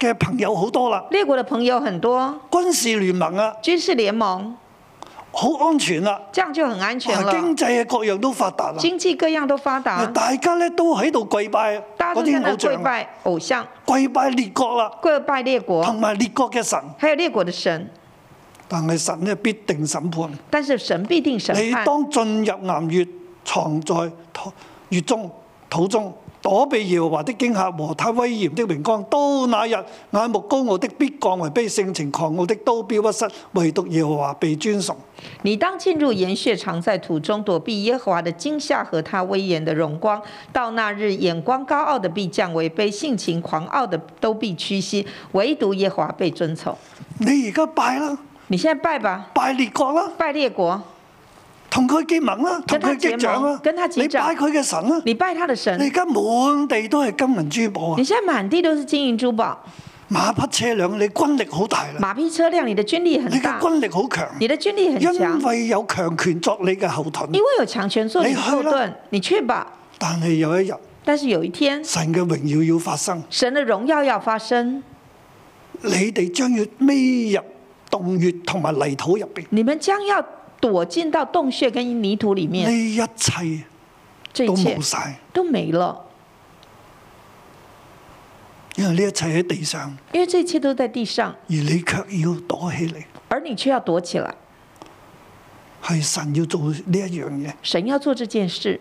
Speaker 2: 嘅朋友好多啦，
Speaker 3: 列國的朋友很多，
Speaker 2: 軍事聯盟啊
Speaker 3: 軍事聯盟，
Speaker 2: 好安全啦，
Speaker 3: 這樣就很安全
Speaker 2: 哇
Speaker 3: 了。
Speaker 2: 經濟啊各樣都發達啦，
Speaker 3: 經濟各樣都發達，
Speaker 2: 大家咧都喺度跪拜
Speaker 3: 大家
Speaker 2: 嗰
Speaker 3: 都在
Speaker 2: 啲
Speaker 3: 那
Speaker 2: 偶
Speaker 3: 跪
Speaker 2: 像啊，
Speaker 3: 拜偶像，
Speaker 2: 跪拜列國啦，
Speaker 3: 跪拜列
Speaker 2: 同
Speaker 3: 國，
Speaker 2: 埋列國嘅神，
Speaker 3: 還有列國的神。
Speaker 2: 但係神咧必定審判。
Speaker 3: 但是神必定審
Speaker 2: 你
Speaker 3: 判。
Speaker 2: 當進入岩穴，藏在土穴中土中，躲避耶和華的驚嚇和他威嚴的榮光。到那日，眼目高傲的必降為卑，性情狂傲的都必屈膝，唯獨耶和華被尊崇。
Speaker 3: 你当进入岩穴，藏在土中，躲避耶和华的惊吓和他威严的荣光。到那日，眼光高傲的必降为卑，性情狂傲的都必屈膝，唯独耶和华被尊崇。
Speaker 2: 你而家拜啦，
Speaker 3: 你现在拜吧，
Speaker 2: 拜列國啦，
Speaker 3: 拜列国，
Speaker 2: 同佢結盟啦，同
Speaker 3: 跟他
Speaker 2: 佢擊掌
Speaker 3: 結
Speaker 2: 啦
Speaker 3: 盟，跟他擊
Speaker 2: 你
Speaker 3: 掌
Speaker 2: 拜佢嘅神啦。
Speaker 3: 你拜他的
Speaker 2: 你而
Speaker 3: 神。
Speaker 2: 家滿地都係金銀珠寶啊
Speaker 3: 你，現在滿地都是金银珠寶，
Speaker 2: 馬匹車輛，你軍力好大啦，
Speaker 3: 馬匹車輛，你的軍力
Speaker 2: 你
Speaker 3: 很
Speaker 2: 嘅
Speaker 3: 大，
Speaker 2: 軍力好強，
Speaker 3: 你的軍力很強
Speaker 2: 因，為有強權作你嘅後盾
Speaker 3: 因。為有強權做你
Speaker 2: 你
Speaker 3: 的
Speaker 2: 去
Speaker 3: 後
Speaker 2: 啦
Speaker 3: 盾，你去吧。
Speaker 2: 但係有一日，
Speaker 3: 但是有一天，
Speaker 2: 神嘅榮耀要發生，
Speaker 3: 神的榮耀要發生，
Speaker 2: 你哋將要孭入洞穴同埋泥土入邊，
Speaker 3: 你們將要躲進到洞穴跟泥土裡
Speaker 2: 呢
Speaker 3: 面，
Speaker 2: 一切
Speaker 3: 這
Speaker 2: 都
Speaker 3: 一切
Speaker 2: 冇晒，
Speaker 3: 都沒了，
Speaker 2: 因為呢一切喺地上，
Speaker 3: 因為這一切都在地上，
Speaker 2: 而你卻要躲起嚟，
Speaker 3: 而你卻要躲起來。
Speaker 2: 係神要做呢一樣嘢。
Speaker 3: 神要做這件事，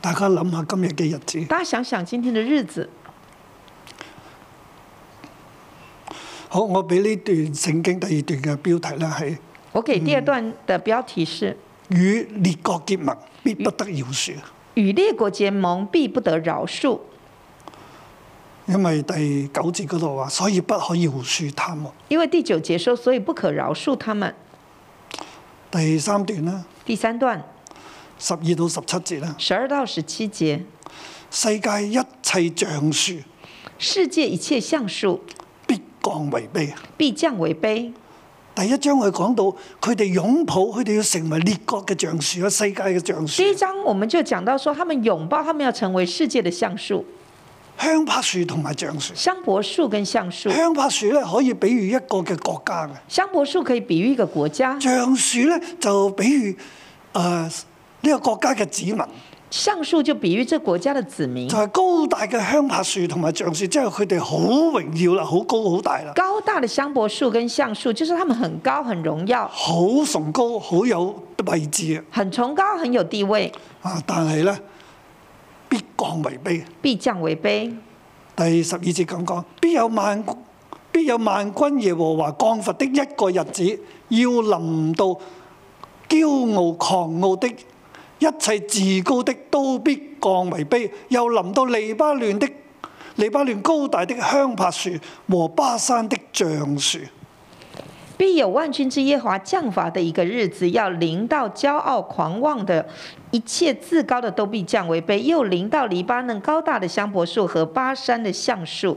Speaker 2: 大家諗下今日嘅日子，
Speaker 3: 大家想想今天的日子。
Speaker 2: 好，我俾呢段聖經第二段嘅標題咧係
Speaker 3: 我給第二段的標題是：
Speaker 2: 與列國結盟必不得饒恕，
Speaker 3: 與列國結盟，必不得饒恕。
Speaker 2: 因為第九節嗰度話，所以不可饒恕他們。
Speaker 3: 因為第九節說，所以不可饒恕他們。
Speaker 2: 第三段啦，
Speaker 3: 第三段
Speaker 2: 十二到十七節啦，
Speaker 3: 十二到十七節，
Speaker 2: 世界一切橡樹
Speaker 3: 世界一切橡樹
Speaker 2: 必降為卑。啊
Speaker 3: 必降為卑。
Speaker 2: 第一章佢講到佢哋擁抱，佢哋要成為列國嘅橡樹啊，世界嘅橡樹
Speaker 3: 第，一章我們就講到說，他們擁抱，他們要成為世界的橡樹，
Speaker 2: 香柏樹同埋橡樹。
Speaker 3: 香柏樹跟橡樹。
Speaker 2: 香柏樹咧可以比喻一個嘅國家嘅，
Speaker 3: 香柏樹可以比喻一個國家，
Speaker 2: 橡樹咧就比喻誒呢個國家嘅子民，
Speaker 3: 嗯橡樹就比喻這國家的子民
Speaker 2: 就。係、高大嘅香柏樹同埋橡樹，即係佢哋好榮耀啦，好高好大啦，
Speaker 3: 高大的香柏樹跟橡樹，就是他們很高、很榮耀、
Speaker 2: 好崇高，好有位置
Speaker 3: 很崇高、很有地位，
Speaker 2: 啊！啊，但係咧必降為卑。啊
Speaker 3: 必降為卑。
Speaker 2: 第十二節咁講，必有萬必有萬軍耶和華降罰的一個日子，要臨到驕傲狂傲的，一切自高的都必降為卑，又臨到利巴嫩的利巴嫩高大的香柏樹和巴山的橡樹。
Speaker 3: 必有萬軍之耶和華降罰的一個日子，要臨到驕傲狂妄的，一切自高的都必降為卑，又臨到黎巴嫩高大的香柏樹和巴山的橡樹。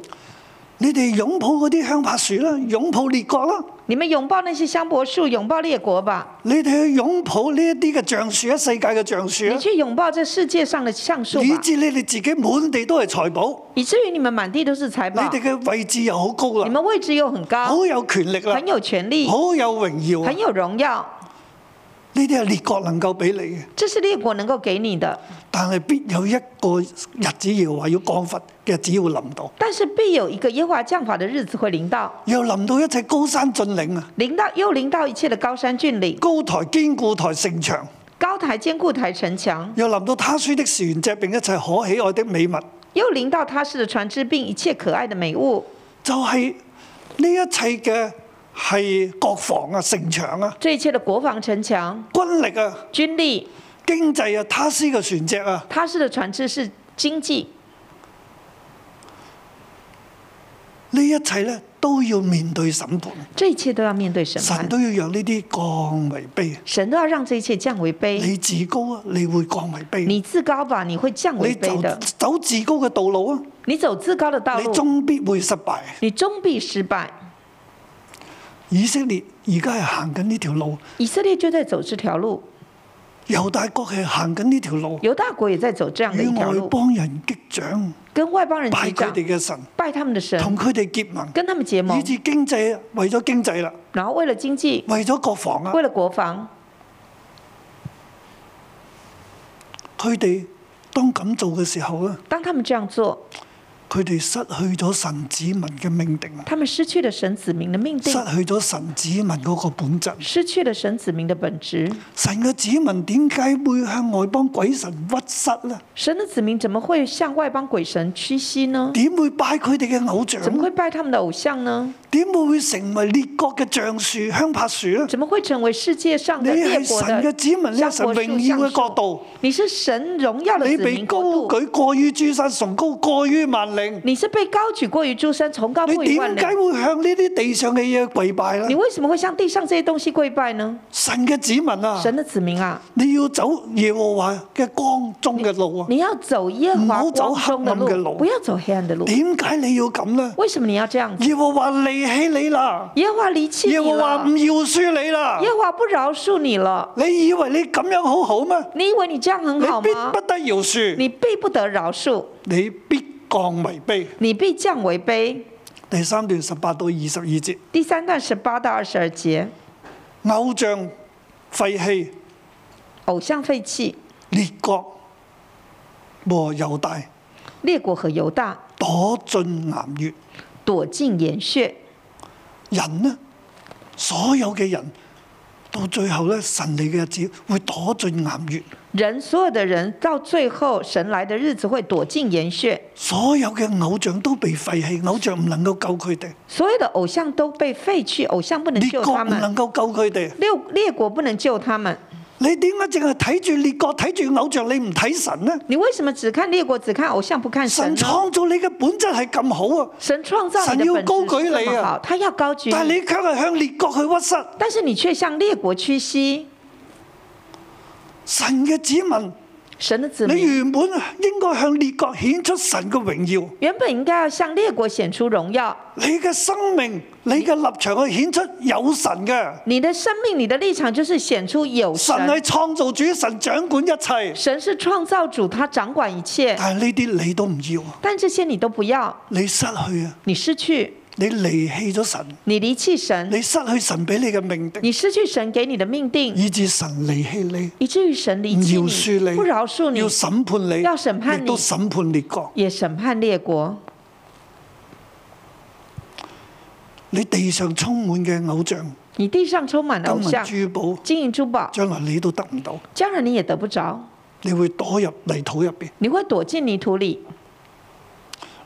Speaker 2: 你哋擁抱嗰啲香柏樹啦，擁抱列國啦，
Speaker 3: 你們擁抱那些香柏樹，擁抱列國吧，
Speaker 2: 你哋去擁抱呢一啲嘅橡樹，一世界嘅橡樹
Speaker 3: 你
Speaker 2: 啦，
Speaker 3: 去擁抱這世界上的橡樹
Speaker 2: 以
Speaker 3: 吧，
Speaker 2: 致你哋自己滿地都係財寶，
Speaker 3: 以至於你們滿地都是財
Speaker 2: 你
Speaker 3: 寶
Speaker 2: 哋，嘅位置又好高啦
Speaker 3: 你。們位置又很高，
Speaker 2: 好有權力啦
Speaker 3: 啊很，有權力，
Speaker 2: 好有榮耀啊
Speaker 3: 很！有榮耀，
Speaker 2: 呢啲係列國能夠俾你嘅，
Speaker 3: 這是列國能夠給你的。
Speaker 2: 但係必有一個日子要話要降罰嘅，只要臨到，
Speaker 3: 但是必有一個耶和華降法的日子會臨到，
Speaker 2: 又臨到一切高山峻嶺啊，
Speaker 3: 臨到又臨到一切的高山峻嶺、
Speaker 2: 高台堅固台城牆，
Speaker 3: 高台堅固台城牆，
Speaker 2: 又臨到他書的船隻並一切可喜愛的美物，
Speaker 3: 又臨到他世的船只，並一切可愛的美物，
Speaker 2: 就係呢一切嘅係國防啊、城牆啊、
Speaker 3: 这一切的国防城墙、
Speaker 2: 軍力啊、
Speaker 3: 军力、
Speaker 2: 經濟啊、他斯嘅船隻啊，
Speaker 3: 他式的船只是经济，
Speaker 2: 呢一切咧都要面對審判，
Speaker 3: 这一切都要面对审判
Speaker 2: 神。都要讓呢啲降為卑。
Speaker 3: 神都要让这一切降为卑。
Speaker 2: 你自高啊，你會降為卑。啊
Speaker 3: 你自高吧，你会降为
Speaker 2: 你
Speaker 3: 卑
Speaker 2: 就
Speaker 3: 的。
Speaker 2: 走自高嘅道路啊，
Speaker 3: 你走自高的道
Speaker 2: 你
Speaker 3: 路，
Speaker 2: 終必會失敗。
Speaker 3: 你终必失败。
Speaker 2: 以色列而家係行緊呢條路，
Speaker 3: 以色列就在走这条路，
Speaker 2: 猶大國係行緊呢條路，
Speaker 3: 犹大国也在走这样的
Speaker 2: 與
Speaker 3: 一条
Speaker 2: 外
Speaker 3: 路，
Speaker 2: 邦人擊掌，
Speaker 3: 跟外邦人
Speaker 2: 拜
Speaker 3: 击
Speaker 2: 佢
Speaker 3: 掌，
Speaker 2: 哋嘅神，
Speaker 3: 拜他们的神，
Speaker 2: 同佢哋結盟，
Speaker 3: 跟他们结盟
Speaker 2: 以，至經濟為咗經濟啦，
Speaker 3: 然后为了经济，
Speaker 2: 為咗國防啊，
Speaker 3: 为了国防，
Speaker 2: 佢哋當咁做嘅時候咧，
Speaker 3: 当他们这样做，
Speaker 2: 佢哋失去咗神子民嘅命定，啊
Speaker 3: 他们失去了神子民的命
Speaker 2: 失
Speaker 3: 定，
Speaker 2: 去咗神子民嗰個本質。
Speaker 3: 失去了神子民的本质。
Speaker 2: 神嘅子民點解會向外邦鬼神屈膝呢？
Speaker 3: 神的子民怎么会向外邦鬼神屈膝呢？
Speaker 2: 點會拜佢哋嘅偶像
Speaker 3: 怎么
Speaker 2: 呢？
Speaker 3: 会拜他们的偶像呢？
Speaker 2: 點會會成為列國嘅橡樹、香柏啊樹呢？
Speaker 3: 怎么会成为世界上
Speaker 2: 你
Speaker 3: 的列
Speaker 2: 係
Speaker 3: 国
Speaker 2: 神嘅
Speaker 3: 的
Speaker 2: 子民，你係神
Speaker 3: 香柏樹
Speaker 2: 榮耀嘅
Speaker 3: 橡樹
Speaker 2: 國度，
Speaker 3: 你是神荣耀的
Speaker 2: 你
Speaker 3: 子
Speaker 2: 被
Speaker 3: 民
Speaker 2: 高
Speaker 3: 国度，
Speaker 2: 舉過於諸山，崇高過於萬嶺。
Speaker 3: 你是被高举过于诸山，崇高
Speaker 2: 你
Speaker 3: 过于万
Speaker 2: 點解
Speaker 3: 岭。
Speaker 2: 會向呢啲地上嘅嘢跪拜
Speaker 3: 你
Speaker 2: 呢？
Speaker 3: 为什么会向地上这些东西跪拜呢？
Speaker 2: 神嘅子民啊，
Speaker 3: 神的子民啊，
Speaker 2: 你要走耶和華嘅光中嘅路啊！
Speaker 3: 你要走耶和华
Speaker 2: 唔好走
Speaker 3: 光中的
Speaker 2: 黑暗嘅
Speaker 3: 路，
Speaker 2: 路
Speaker 3: 不要走黑暗的路。
Speaker 2: 點解你要咁呢？
Speaker 3: 为什么你要这样子？
Speaker 2: 耶和華離棄你啦，
Speaker 3: 耶和华离弃你
Speaker 2: 耶和華
Speaker 3: 了
Speaker 2: 唔，要輸你啦
Speaker 3: 啊耶。和華不饶恕你了。
Speaker 2: 你以為你咁樣好好咩？
Speaker 3: 你以为你这样很
Speaker 2: 你
Speaker 3: 好
Speaker 2: 必
Speaker 3: 吗
Speaker 2: 不？得饒恕，
Speaker 3: 你必不得饶恕，
Speaker 2: 你必降為卑。
Speaker 3: 你必降为卑。
Speaker 2: 第三段十八到二十二節，
Speaker 3: 第三段十八到二十二节，
Speaker 2: 偶像廢棄
Speaker 3: 偶像废弃，
Speaker 2: 列國和猶大，
Speaker 3: 列国和犹大
Speaker 2: 躲進岩穴。
Speaker 3: 躲进岩穴。
Speaker 2: 人呢，所有嘅人到最後咧，神嚟嘅日子會躲進岩穴，
Speaker 3: 人所有的人到最后，神来的日子会躲进岩穴，
Speaker 2: 所有嘅偶像都被廢棄，偶像唔能夠救佢哋，
Speaker 3: 所有的偶像都被废去，偶像不能
Speaker 2: 列
Speaker 3: 救
Speaker 2: 國
Speaker 3: 他
Speaker 2: 唔
Speaker 3: 们，
Speaker 2: 能夠救佢哋。
Speaker 3: 六列国不能救他们。
Speaker 2: 你點解淨係睇住列國睇住偶像，你唔睇神呢？
Speaker 3: 你为什么只看列国，只看偶像，不看神
Speaker 2: 神
Speaker 3: 呢？
Speaker 2: 創造你嘅本質係咁好啊，
Speaker 3: 神创造你
Speaker 2: 神
Speaker 3: 的
Speaker 2: 要
Speaker 3: 本
Speaker 2: 高
Speaker 3: 质
Speaker 2: 舉
Speaker 3: 是这
Speaker 2: 你
Speaker 3: 么
Speaker 2: 啊
Speaker 3: 好，他要高举
Speaker 2: 但係
Speaker 3: 你，
Speaker 2: 你卻係向列國去屈膝。
Speaker 3: 但是你却向列国屈膝。
Speaker 2: 神嘅子民，
Speaker 3: 神的子
Speaker 2: 你
Speaker 3: 民
Speaker 2: 原本應該向列國顯出神嘅榮耀，
Speaker 3: 原本应该要向列国显出荣耀，
Speaker 2: 你嘅生命、你嘅立場去顯出有神嘅。
Speaker 3: 你的生命、你的立场就是显出有
Speaker 2: 神
Speaker 3: 神。
Speaker 2: 係創造主，神掌管一切。
Speaker 3: 神是创造主，他掌管一切，
Speaker 2: 但係呢啲你都唔要，啊
Speaker 3: 但这些你都不要，
Speaker 2: 你失去啊，
Speaker 3: 你失去，
Speaker 2: 你離棄咗神，
Speaker 3: 你离弃神，
Speaker 2: 你失去神俾你嘅命定，
Speaker 3: 你失去神给你的命定，
Speaker 2: 以致神離棄你，
Speaker 3: 以至于神离
Speaker 2: 唔
Speaker 3: 弃
Speaker 2: 饒恕
Speaker 3: 你，
Speaker 2: 你，
Speaker 3: 不饶恕你
Speaker 2: 要，審判你，
Speaker 3: 要審判你
Speaker 2: 亦都審判列國。
Speaker 3: 也审判列国。
Speaker 2: 你地上充滿嘅偶像、
Speaker 3: 你地上充满了偶像、
Speaker 2: 金銀珠寶，
Speaker 3: 金银珠宝，
Speaker 2: 將來你都得唔到，
Speaker 3: 将来你也得不着，
Speaker 2: 你會躲入泥土入邊。
Speaker 3: 你会躲进泥土里。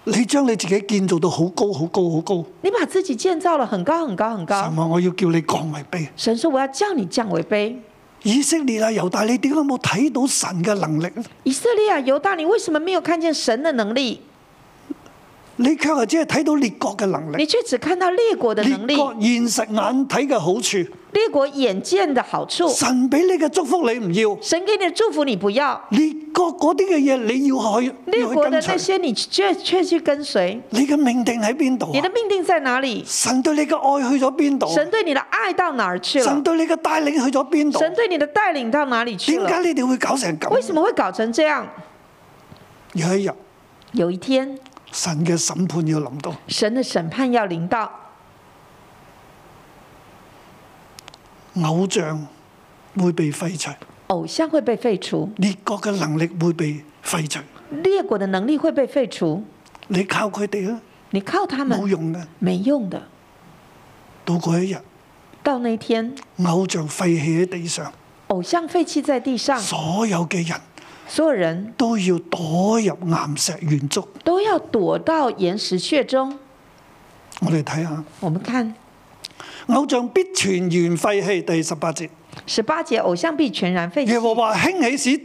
Speaker 2: 你將你自己建造到好高、好高、好高。
Speaker 3: 你把自己建造了很高很高很
Speaker 2: 神
Speaker 3: 高。
Speaker 2: 話我要叫你降為卑。
Speaker 3: 神说：“我要叫你降为卑。
Speaker 2: 以色列啊、猶大，你點解冇睇到神嘅能力呢？”
Speaker 3: 以色列啊，犹大，你为什么没有看见神的能力？
Speaker 2: 你卻係只係睇到列國嘅能力
Speaker 3: 你。却只看到列国的能力
Speaker 2: 列，國現實眼睇嘅好處，
Speaker 3: 列国眼见的好处。
Speaker 2: 神俾你嘅祝福你唔要，
Speaker 3: 神给你的祝福你不要，
Speaker 2: 列國嗰啲嘅嘢你要去
Speaker 3: 列
Speaker 2: 要去
Speaker 3: 国
Speaker 2: 跟
Speaker 3: 的那
Speaker 2: 隨。
Speaker 3: 些你却却去跟随。
Speaker 2: 你嘅命定喺邊度
Speaker 3: 你
Speaker 2: 啊
Speaker 3: 的？命定在哪里？
Speaker 2: 神對你嘅愛去咗邊度啊？
Speaker 3: 神对你的爱到哪儿去
Speaker 2: 神
Speaker 3: 了？
Speaker 2: 對你嘅帶領去咗邊度啊？
Speaker 3: 神对你的带领到哪里去
Speaker 2: 點解
Speaker 3: 了？
Speaker 2: 你哋會搞成咁？
Speaker 3: 为什么会搞成这样？
Speaker 2: 有一日，
Speaker 3: 有一天，
Speaker 2: 神嘅審判要臨到，
Speaker 3: 神的审判要临到，
Speaker 2: 偶像會被廢除，
Speaker 3: 偶像会被废除，
Speaker 2: 列國嘅能力會被廢除。
Speaker 3: 列国的能力会被废除。
Speaker 2: 你靠佢哋啊，
Speaker 3: 你靠他
Speaker 2: 冇
Speaker 3: 们
Speaker 2: 用嘅。
Speaker 3: 没用的。
Speaker 2: 到嗰一日，
Speaker 3: 到那一天，
Speaker 2: 偶像廢棄喺地上，
Speaker 3: 偶像废弃在地上，
Speaker 2: 所有嘅人
Speaker 3: 所有人
Speaker 2: 都要躲入岩石原足。
Speaker 3: 都要躲到岩石穴中。
Speaker 2: 我哋睇下
Speaker 3: 我们看
Speaker 2: 偶像必全然廢棄，第十八節。
Speaker 3: 十八节，偶像必全然废弃
Speaker 2: 耶。和華興起使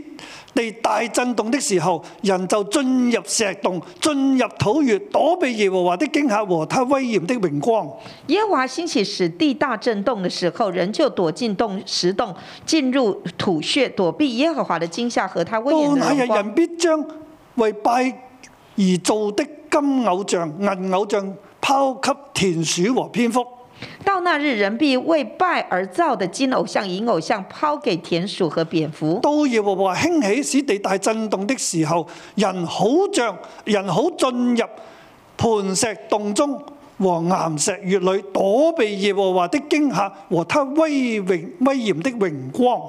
Speaker 2: 地大震動的時候，人就進入石洞，進入土穴，躲避耶和華的驚嚇和他威嚴的榮光。
Speaker 3: 耶和华兴起使地大震动的时候，人就躲进洞石洞，进入土穴，躲避耶和华的惊吓和他威
Speaker 2: 到
Speaker 3: 严
Speaker 2: 那
Speaker 3: 的
Speaker 2: 日，
Speaker 3: 荣光
Speaker 2: 人。必將為拜而造的金偶像、銀偶像拋給田鼠和蝙蝠。
Speaker 3: 到那日，人必为拜而造的金偶像、银偶像抛给田鼠和蝙蝠。
Speaker 2: 到耶和華興起使地大震動的時候，人好像人好進入磐石洞中和岩石穴裏，躲避耶和華的驚嚇和他威榮威嚴的榮光。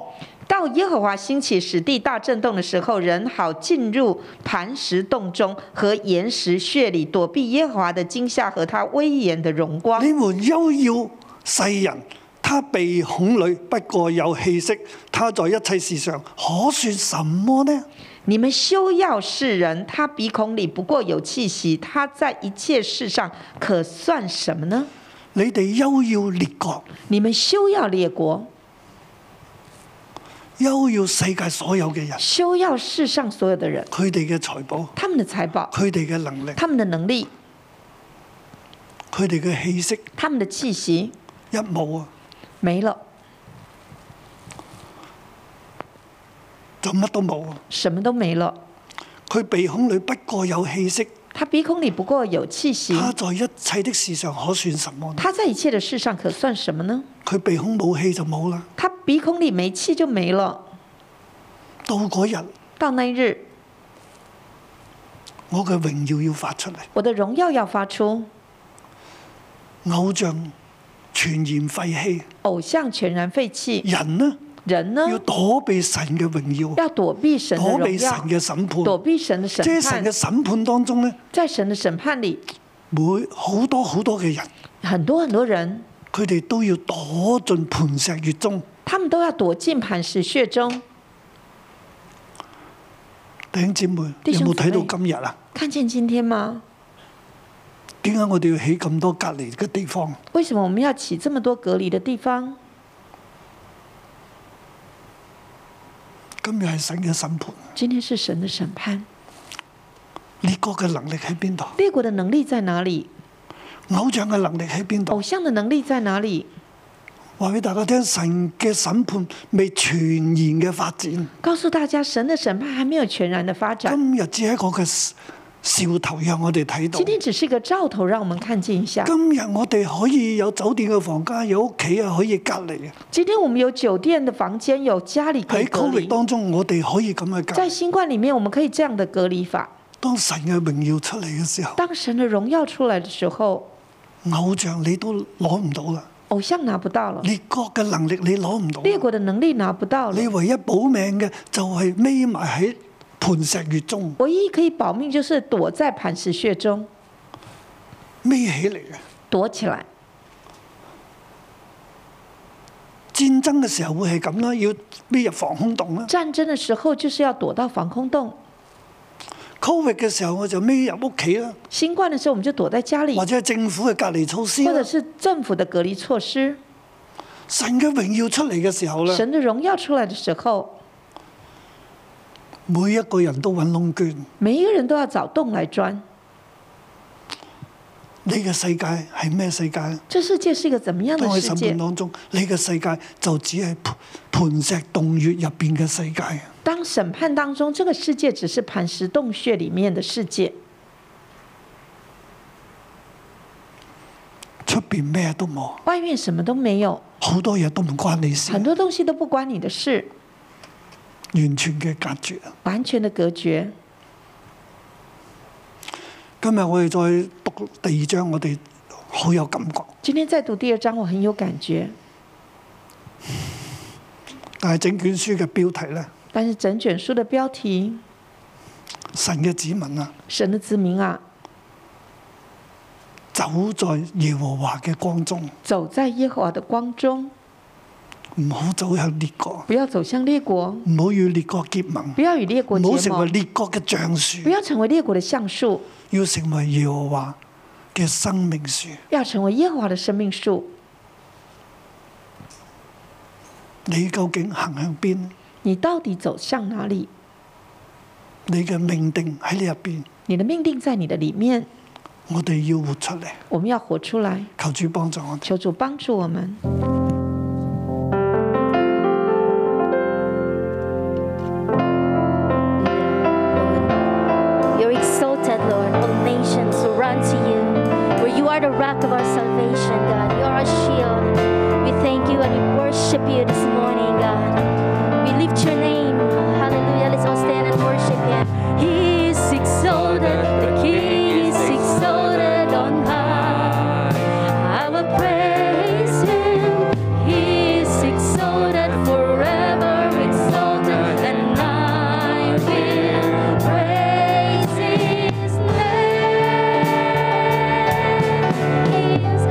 Speaker 3: 到耶和华兴起使地大震动的时候，人好进入磐石洞中和岩石穴里，躲避耶和华的惊吓和他威严的荣光。
Speaker 2: 你們休要世人，他被恐裏不過有氣息，他在一切事上可算什麼呢？
Speaker 3: 你们休要世人，他鼻孔里不过有气息，他在一切事上可算什么呢？
Speaker 2: 你哋休要列國，
Speaker 3: 你们休要列国，
Speaker 2: 休要世界所有嘅人，
Speaker 3: 休要世上所有的人，
Speaker 2: 佢哋嘅財寶，
Speaker 3: 他们的财宝、
Speaker 2: 佢哋嘅能力，
Speaker 3: 他们的能力、
Speaker 2: 佢哋嘅氣息
Speaker 3: 他们的气息
Speaker 2: 一冇啊！
Speaker 3: 没了，
Speaker 2: 就乜都冇。
Speaker 3: 什么都没了。
Speaker 2: 佢鼻孔裏不過有氣息，
Speaker 3: 他鼻孔里不过有气息，
Speaker 2: 他在一切的事上可算什麼呢？
Speaker 3: 他在一切的事上可算什么呢？
Speaker 2: 佢鼻孔冇氣就冇啦。
Speaker 3: 他鼻孔里没气就没了。
Speaker 2: 到嗰日，
Speaker 3: 到那一日，
Speaker 2: 我嘅榮耀要發出嚟，
Speaker 3: 我的荣耀要发出，
Speaker 2: 偶像全然廢棄，
Speaker 3: 偶像全然废弃，
Speaker 2: 人呢
Speaker 3: 人呢
Speaker 2: 要躲避神嘅榮耀，
Speaker 3: 要躲避神的
Speaker 2: 躲避
Speaker 3: 荣
Speaker 2: 神
Speaker 3: 耀，
Speaker 2: 嘅審
Speaker 3: 躲
Speaker 2: 判。
Speaker 3: 避神的审
Speaker 2: 即係
Speaker 3: 判
Speaker 2: 神嘅。審判當中呢，
Speaker 3: 在神的审判里，
Speaker 2: 每好多好多嘅人，
Speaker 3: 很多很多人，
Speaker 2: 佢哋都要躲進磐石穴中。
Speaker 3: 他们都要躲进磐石穴中。
Speaker 2: 弟兄姊妹，
Speaker 3: 弟
Speaker 2: 有
Speaker 3: 兄
Speaker 2: 冇睇
Speaker 3: 姊妹
Speaker 2: 到今日啊？
Speaker 3: 看见今天吗？
Speaker 2: 點解我哋要起咁多隔離嘅地方？
Speaker 3: 为什么我们要起这么多隔离的地方？
Speaker 2: 今日係神嘅審判，
Speaker 3: 今天是神的审判。
Speaker 2: 列國嘅能力喺邊度？
Speaker 3: 列国的能力在哪里？
Speaker 2: 偶像嘅能力喺邊
Speaker 3: 偶
Speaker 2: 度？
Speaker 3: 像的能力在哪里？
Speaker 2: 話俾大家聽，神嘅審判未全然嘅發展，
Speaker 3: 告诉大家，神的审判还没有全然的发展。
Speaker 2: 今日只係一個嘅兆頭，讓我哋睇到
Speaker 3: 今。天只是个兆头，让我们看见一下。
Speaker 2: 今日我哋可以有酒店嘅房間，有屋企啊，可以隔離啊。
Speaker 3: 今天我们有酒店的房间，有家里可以
Speaker 2: 喺
Speaker 3: 隔
Speaker 2: 抗疫
Speaker 3: 离。
Speaker 2: 當中，我哋可以咁去隔
Speaker 3: 在
Speaker 2: 離。
Speaker 3: 新冠里面，我们可以这样的隔离法：
Speaker 2: 當神嘅榮耀出嚟嘅時候，
Speaker 3: 当神的荣耀出来的时候，
Speaker 2: 偶像你都攞唔到啦，
Speaker 3: 偶像拿不到了，
Speaker 2: 列國嘅能力你攞唔到啦。
Speaker 3: 列国的能力拿不到了
Speaker 2: 你。唯一保命嘅就係匿埋喺磐石穴中，
Speaker 3: 唯一可以保命就是躲在磐石穴中
Speaker 2: 匿起嚟嘅。
Speaker 3: 躲起来。
Speaker 2: 戰爭嘅時候會係咁啦，要匿入防空洞啦。
Speaker 3: 战争的时候就是要躲到防空洞，
Speaker 2: Covid 嘅時候我就匿入屋企啦，
Speaker 3: 新冠的时候我们就躲在家里，
Speaker 2: 或
Speaker 3: 或
Speaker 2: 者係政府嘅隔離措施啦
Speaker 3: 嗯者是政府的隔离措施。
Speaker 2: 神嘅榮耀出嚟嘅時候咧，
Speaker 3: 神的荣耀出来的时候，
Speaker 2: 每一個人都揾窿捐，
Speaker 3: 每一个人都要找洞来钻。
Speaker 2: 你嘅世界係咩世界咧？
Speaker 3: 这世界是一个怎么样
Speaker 2: 當
Speaker 3: 的
Speaker 2: 喺
Speaker 3: 世
Speaker 2: 審
Speaker 3: 界
Speaker 2: 判？當中，你嘅世界就只係磐磐石洞穴入邊嘅世界。
Speaker 3: 当审判当中，这个世界只是磐石洞穴里面的世界，
Speaker 2: 出邊咩都冇，
Speaker 3: 外面什么都没有，
Speaker 2: 好多嘢都唔關你事，
Speaker 3: 很多东西都不关你的事，
Speaker 2: 完全嘅隔絕。
Speaker 3: 完全的隔绝。
Speaker 2: 今日我哋再讀第二章，我哋好有感覺。
Speaker 3: 今天再读第二章，我很有感觉，
Speaker 2: 但係整卷書嘅標題呢，
Speaker 3: 但是整卷书的标题
Speaker 2: 神嘅子民啊，
Speaker 3: 神的子民啊，
Speaker 2: 走在耶和華嘅光中，
Speaker 3: 走在耶和华的光中，
Speaker 2: 唔好走向列國，
Speaker 3: 不要走向列国，
Speaker 2: 唔好與列國結盟，
Speaker 3: 不要与列国
Speaker 2: 唔好
Speaker 3: 结
Speaker 2: 成為
Speaker 3: 盟，
Speaker 2: 列國嘅橡
Speaker 3: 啊不
Speaker 2: 樹，
Speaker 3: 要成为列国的橡树，
Speaker 2: 要成為耶和華嘅生命樹。
Speaker 3: 要成为耶和华的生命树。
Speaker 2: 你究竟行向邊呢？
Speaker 3: 你到底走向哪里？
Speaker 2: 你嘅命定喺你入邊，
Speaker 3: 你的命定在你的里面，
Speaker 2: 我哋要活出嚟。
Speaker 3: 我们要活出来。
Speaker 2: 求主幫助我哋。
Speaker 3: 求主帮助我们。
Speaker 4: Lord. You're exalted, Lord. All nations will run to you. For you are the rock of our salvation, God. You are our shield. We thank you and we worship you this morning, God. We lift your name. Hallelujah. Let's all stand and worship him. He is exalted. The King is exalted on high. I will praise him. He is exalted forever, exalted, and I will praise his name. He is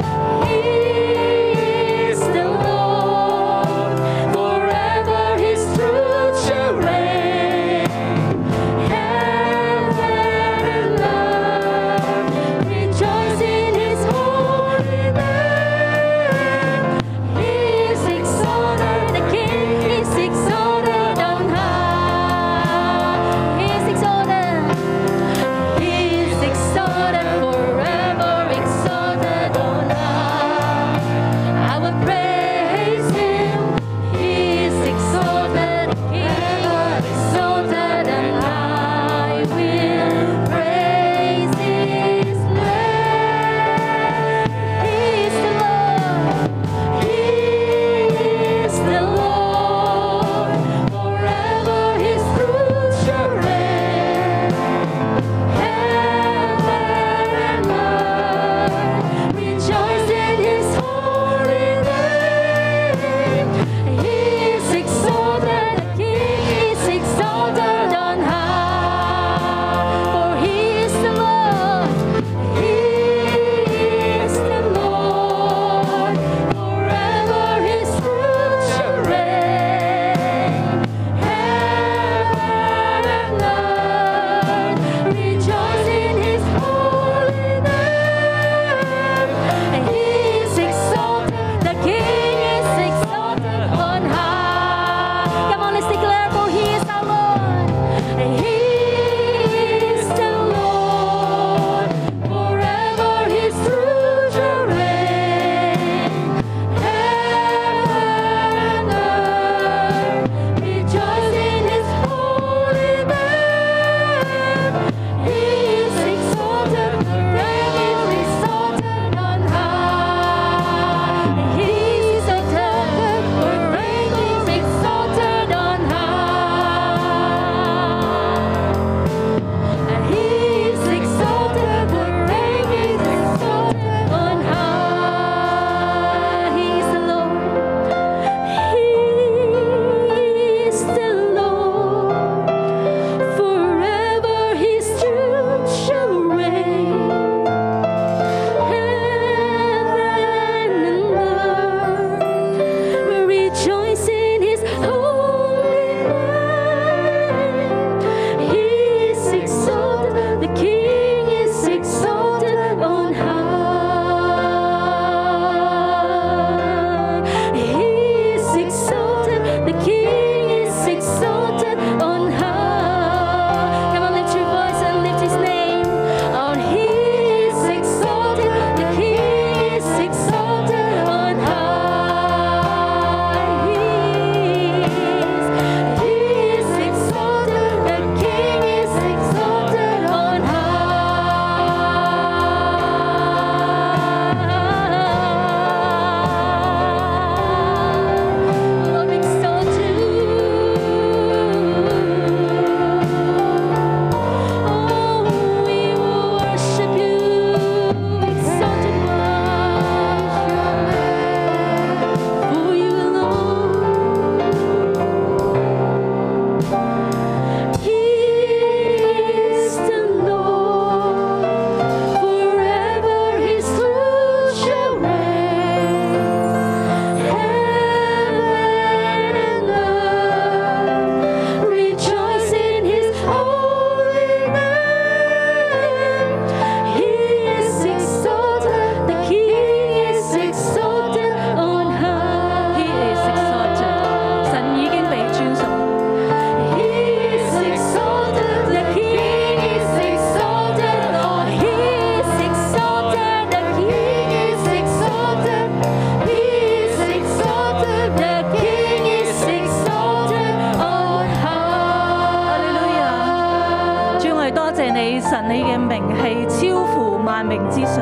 Speaker 5: 萬名之上。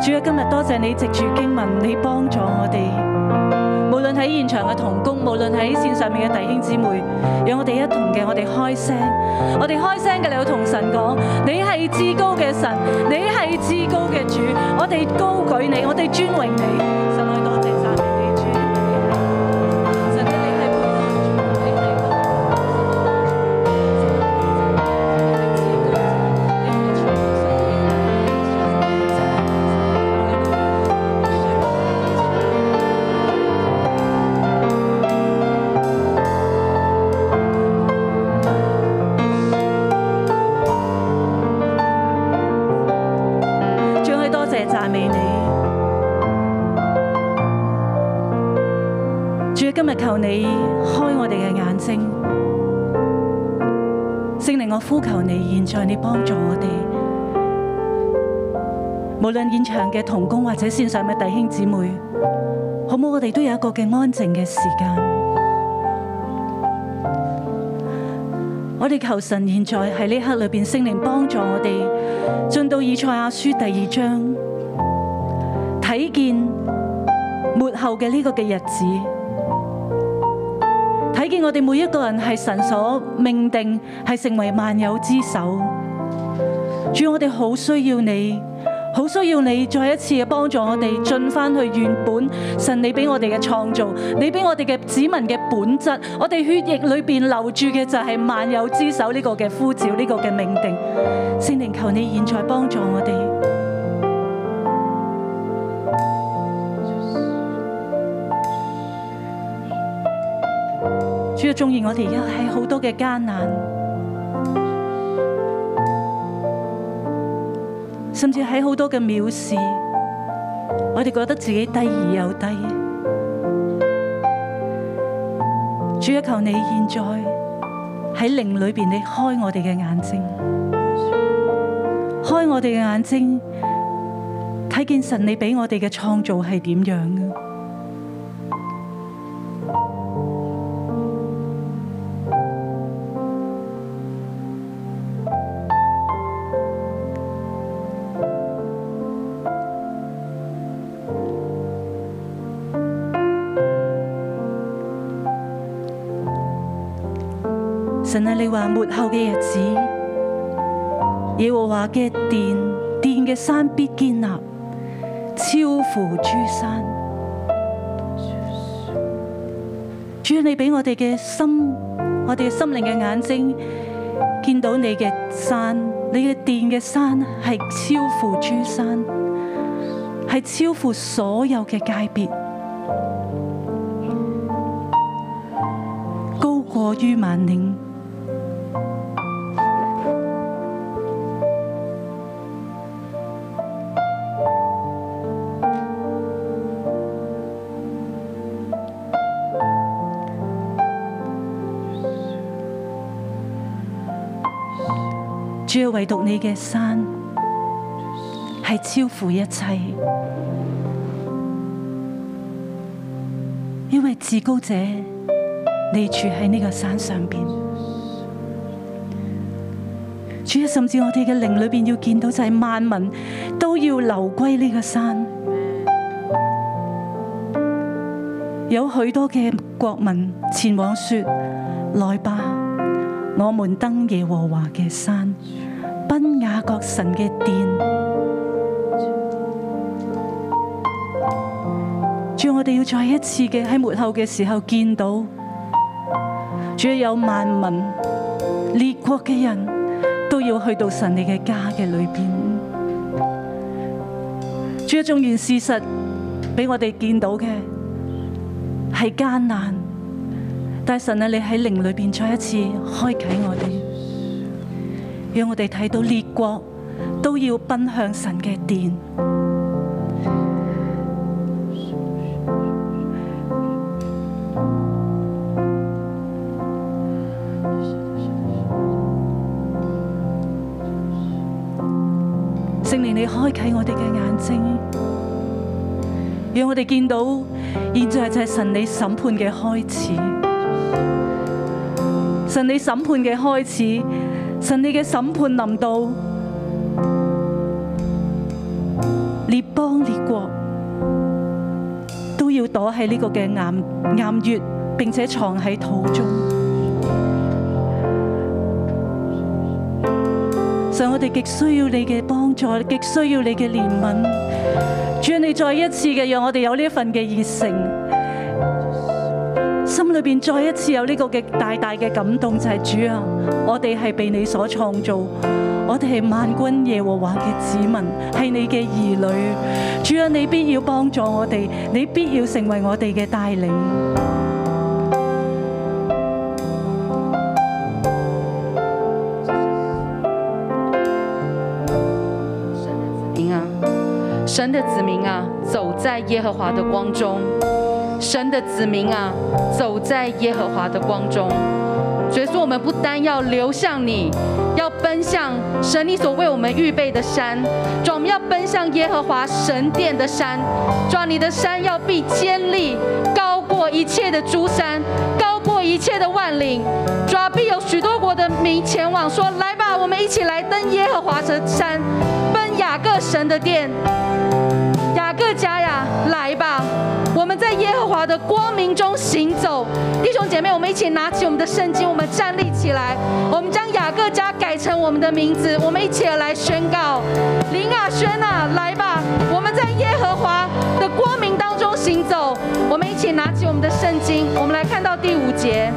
Speaker 5: 主啊，今日多謝你藉住經文，你幫助我哋。無論喺現場嘅同工，無論喺線上面嘅弟兄姊妹，讓我哋一同嘅，我哋開聲，我哋開聲嘅，你要同神講，你係至高嘅神，你係至高嘅主，我哋高舉你，我哋尊榮你。神愛多謝讚美你，主你係神啊，你係配得主，你係配得最去多謝讚美你，主今日求你開我哋嘅眼睛，聖靈我呼求你，現在你幫助我哋，無論現場嘅同工或者線上嘅弟兄姊妹，好唔好？我哋都有一個嘅安靜嘅時間，我哋求神現在喺呢刻裏邊，聖靈幫助我哋。進到以賽亞書第二章，睇見末後嘅呢個嘅日子，睇見我哋每一個人係神所命定，係成為萬有之首。主，我哋好需要你，好需要你再一次嘅幫助我哋進翻去原本神你俾我哋嘅創造，你俾我哋嘅子民嘅本質，我哋血液裏邊流住嘅就係萬有之首呢個嘅呼召，呢個嘅命定。聖靈，求你現在幫助我哋。主啊，縱然我哋而家喺好多嘅艱難，甚至喺好多嘅藐視，我哋覺得自己低而又低。主啊，求你現在喺靈裏邊，你開我哋嘅眼睛。開我哋嘅眼睛，睇見神你俾我哋嘅創造係點樣嘅。神啊，你話末後嘅日子。耶和華嘅殿，殿嘅山必建立，超乎諸山。主啊，你俾我哋嘅心，我哋嘅心靈嘅眼睛，見到你嘅山，你嘅殿嘅山係超乎諸山，係超乎所有嘅界別，高過於萬嶺。主要啊唯獨你嘅山係超乎一切，因為至高者你住喺呢個山上邊。主啊，甚至我哋嘅靈裏邊要見到就係萬民都要流歸呢個山，有許多嘅國民前往說：來吧！我們登耶和華嘅山，奔雅各神嘅殿。主，我哋要再一次嘅喺末後嘅時候見到，主有萬民列國嘅人都要去到神你嘅家嘅裏邊。主，縱然事實俾我哋見到嘅係艱難。但神啊，你喺靈裏邊再一次開啟我哋，讓我哋睇到列國都要奔向神嘅殿。聖靈，你開啟我哋嘅眼睛，讓我哋見到現在就係神你審判嘅開始。神你審判嘅開始，神你嘅審判臨到，邦列國都要躲喺呢個嘅岩岩穴，並且藏喺土中。神，我哋極需要你嘅幫助，極需要你嘅憐憫。主啊，你再一次嘅讓我哋有呢一份嘅熱誠，心裏邊再一次有呢個嘅大大嘅感動，就係、主啊，我哋係被你所創造，我哋係萬軍耶和華嘅子民，係你嘅兒女。主啊，你必要幫助我哋，你必要成為我哋嘅帶領。
Speaker 6: 民啊，神的子民啊，走在耶和华的光中。神的子民啊，走在耶和华的光中。所以说，我们不单要流向你，要奔向神你所为我们预备的山。主啊，我们要奔向耶和华神殿的山。主啊，你的山要必坚立，高过一切的诸山，高过一切的万岭。主啊，必有许多国的民前往，说：来吧，我们一起来登耶和华神山，奔雅各神的殿。雅各家呀，来吧！我们在耶和华的光明中行走，弟兄姐妹，我们一起拿起我们的圣经，我们站立起来，我们将雅各家改成我们的名字，我们一起来宣告：林啊，轩啊，来吧！我们在耶和华的光明当中行走，我们一起拿起我们的圣经，我们来看到第五节。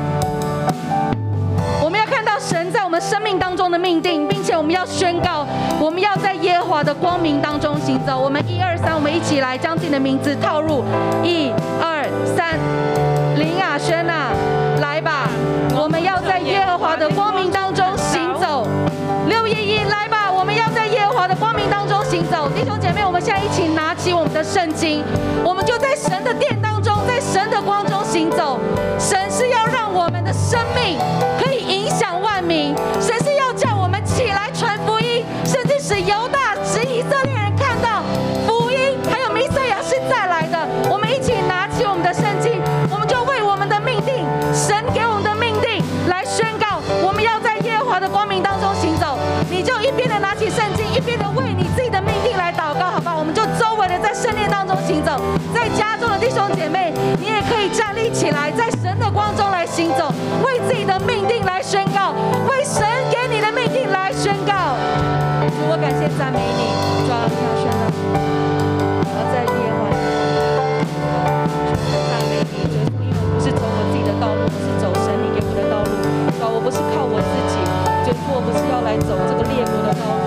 Speaker 6: 我们要看到神在我们生命当中的命定，并且我们要宣告，我们要在耶和华的光明当中行走。我们一二三，我们一起来将自己的名字套入，一二三，林雅轩啊，来吧，我们要在耶和华的光明当中行走。六一一，来吧，我们要在耶和华的光明当中行走。弟兄姐妹，我们现在一起拿起我们的圣经，我们就在神的殿当中，在神的光中行走。神是要让我们的生命可以影响万民，神是要叫我们起来传福音，甚至使犹大、使以色列人看到福音，还有弥赛亚是再来的。我们一起拿起我们的圣经，我们就为我们的命定，神给我们的命定来宣告，我们要在耶和华的光明当中行走。你就一边的拿起圣经，一边的为你自己的命定来祷告，好吧？我们就周围的在圣殿当中行走，在家中的弟兄姐妹，你也可以站立起来，在神的光中来行走，为自己的命定来宣告，为神给你的命定来宣告。主，我感谢赞美你，主啊，要宣告，我要在夜晚。赞美你，主因为我不是走我自己的道路，我是走神你给我的道路，主啊，我不是靠我自己，主我不是要来走这个列国的道路，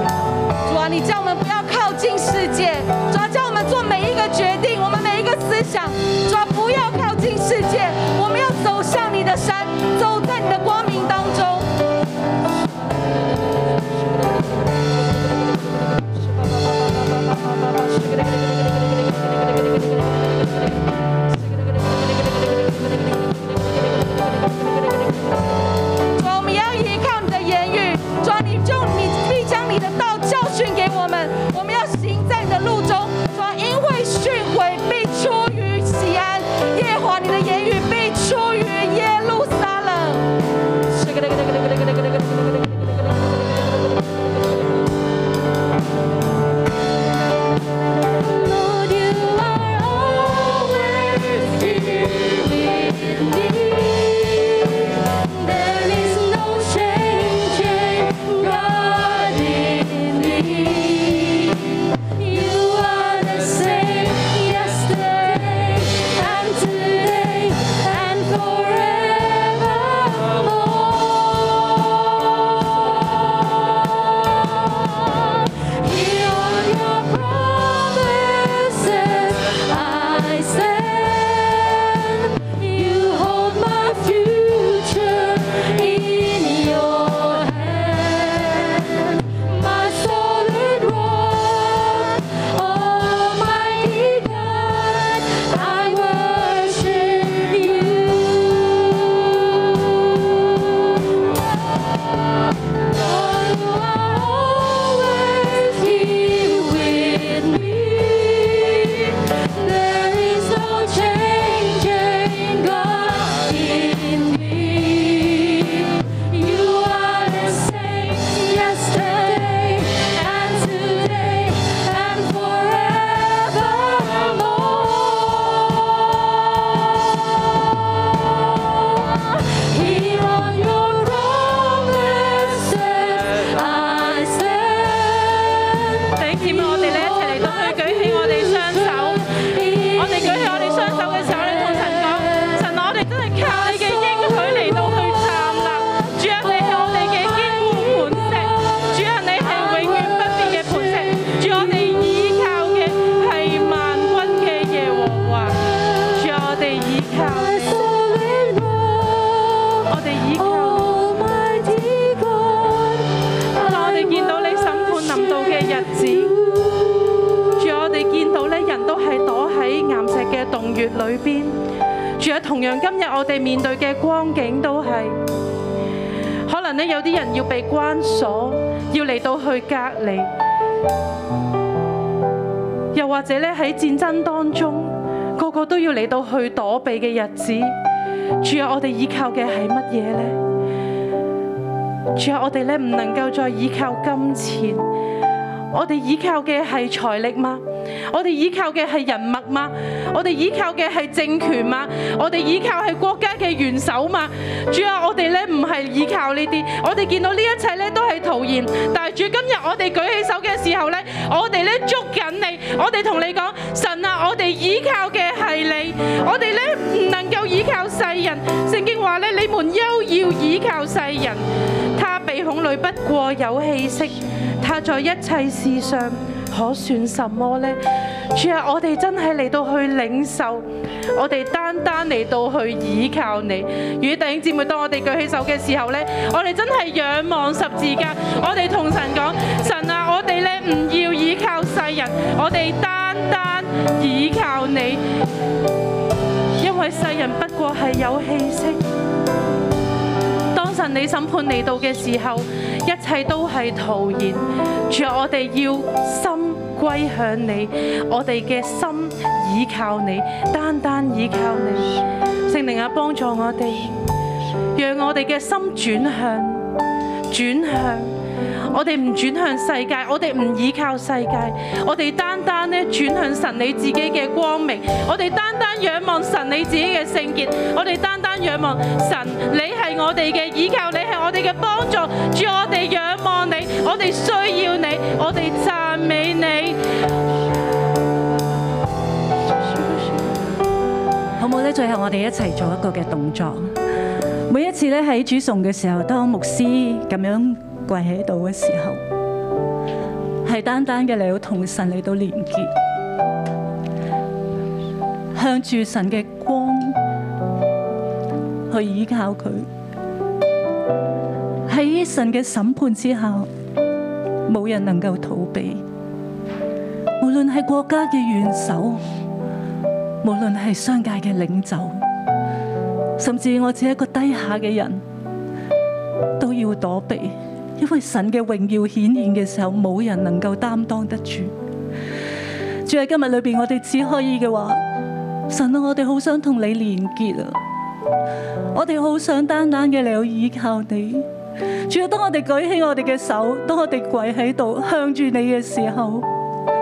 Speaker 6: 主啊，你叫我们不要靠近世界，主啊，叫我们做每一个决定，我们每一个思想，主啊，不要靠近世界，我们要走向你的山，走在你的光明当中。主啊，我们要依靠你的言语，主啊，你就你必将你的道教训给我们，我们裏邊。仲有同樣今日我哋面對嘅光景都係，可能咧有啲人要被關鎖，要嚟到去隔離，又或者咧喺戰爭當中，個個都要嚟到去躲避嘅日子。主啊，我哋依靠嘅係乜嘢呢？主啊，我哋咧唔能夠再依靠金錢，我哋依靠嘅係財力嗎？我哋依靠嘅係人脈嗎？我哋依靠嘅係政權嗎？我哋依靠係國家嘅元首嗎？主啊，我哋咧唔係依靠呢啲，我哋見到呢一切咧都係徒然。但係主，今日我哋舉起手嘅時候咧，我哋咧捉緊你，我哋同你講，神啊，我哋依靠嘅係你，我哋咧唔能夠依靠世人。聖經話咧，你們休要依靠世人，他鼻孔裏不過有氣息，他在一切事上。可算什麼呢？主啊，我哋真係嚟到去領受，我哋單單嚟到去倚靠你。與弟兄姊妹，當我哋舉起手嘅時候呢，我哋真係仰望十字架，我哋同神講：神啊，我哋呢唔要倚靠世人，我哋單單倚靠你，因為世人不過係有氣息。當神你審判嚟到嘅時候，一切都係徒然。主啊，我哋要心歸向你，我哋嘅心倚靠你，單單倚靠你。聖靈啊，幫助我哋，讓我哋嘅心轉向，轉向。我哋唔轉向世界，我哋唔倚靠世界，我哋單單咧轉向神你自己嘅光明，我哋單單仰望神你自己嘅聖潔，我哋單單仰望神，你係我哋嘅倚靠，你係我哋嘅幫助，主我哋仰望你，我哋需要你，我哋讚美你。
Speaker 5: 好冇咧？最後我哋一齊做一個嘅動作。每一次咧喺主崇嘅時候，當牧師咁樣跪喺度嘅時候，係單單嘅嚟到同神嚟到連結，向住神嘅光去依靠佢。喺神嘅審判之下，冇人能夠逃避，無論係國家嘅元首。無論係商界嘅領袖，甚至我只係一個低下嘅人，都要躲避，因為神嘅榮耀顯現嘅時候，冇人能夠擔當得住。主啊喺今日裏邊，我哋只可以嘅話，神啊，我哋好想同你連結啊，我哋好想單單嘅嚟到依靠你。主啊，當我哋舉起我哋嘅手，當我哋跪喺度向住你嘅時候，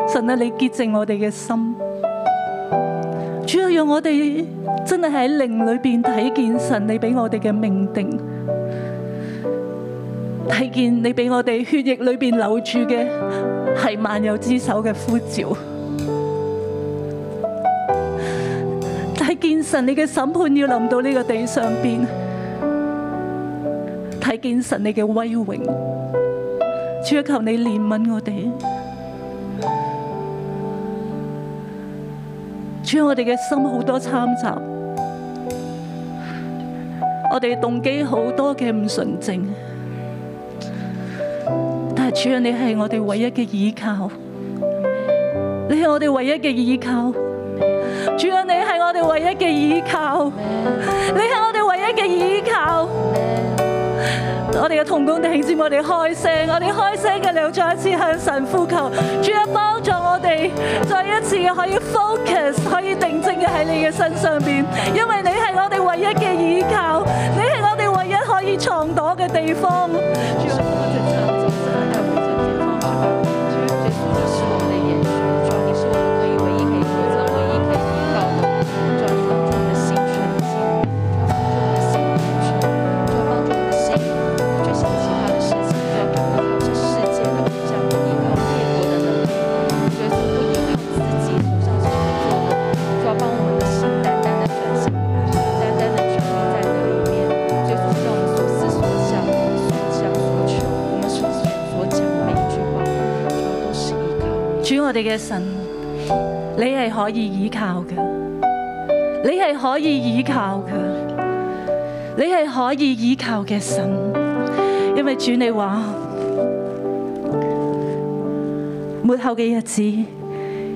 Speaker 5: 神啊，你潔淨我哋嘅心。主要讓我哋真係喺靈裏邊睇見神你俾我哋嘅命定，睇見你俾我哋血液裏邊留住嘅係萬有之首嘅呼召，睇見神你嘅審判要臨到呢個地上邊，睇見神你嘅威榮，主啊，求你憐憫我哋。主啊，我哋嘅心好多參雜，我哋動機好多嘅唔純正，但係主啊，你係我哋唯一嘅依靠，你係我哋唯一嘅依靠，主啊，你係我哋唯一嘅依靠，你係我哋唯一嘅依靠。我哋嘅同工弟兄姊妹，我哋開聲，我哋開聲嘅，你要再一次向神呼求，主啊，幫助我哋再一次可以 focus，可以定睛嘅喺你嘅身上邊，因為你係我哋唯一嘅依靠，你係我哋唯一可以藏躲嘅地方。主啊多謝讚美主我哋嘅神，你係可以倚靠嘅，你係可以倚靠嘅，你係可以倚靠嘅神，因為主你話末後嘅日子，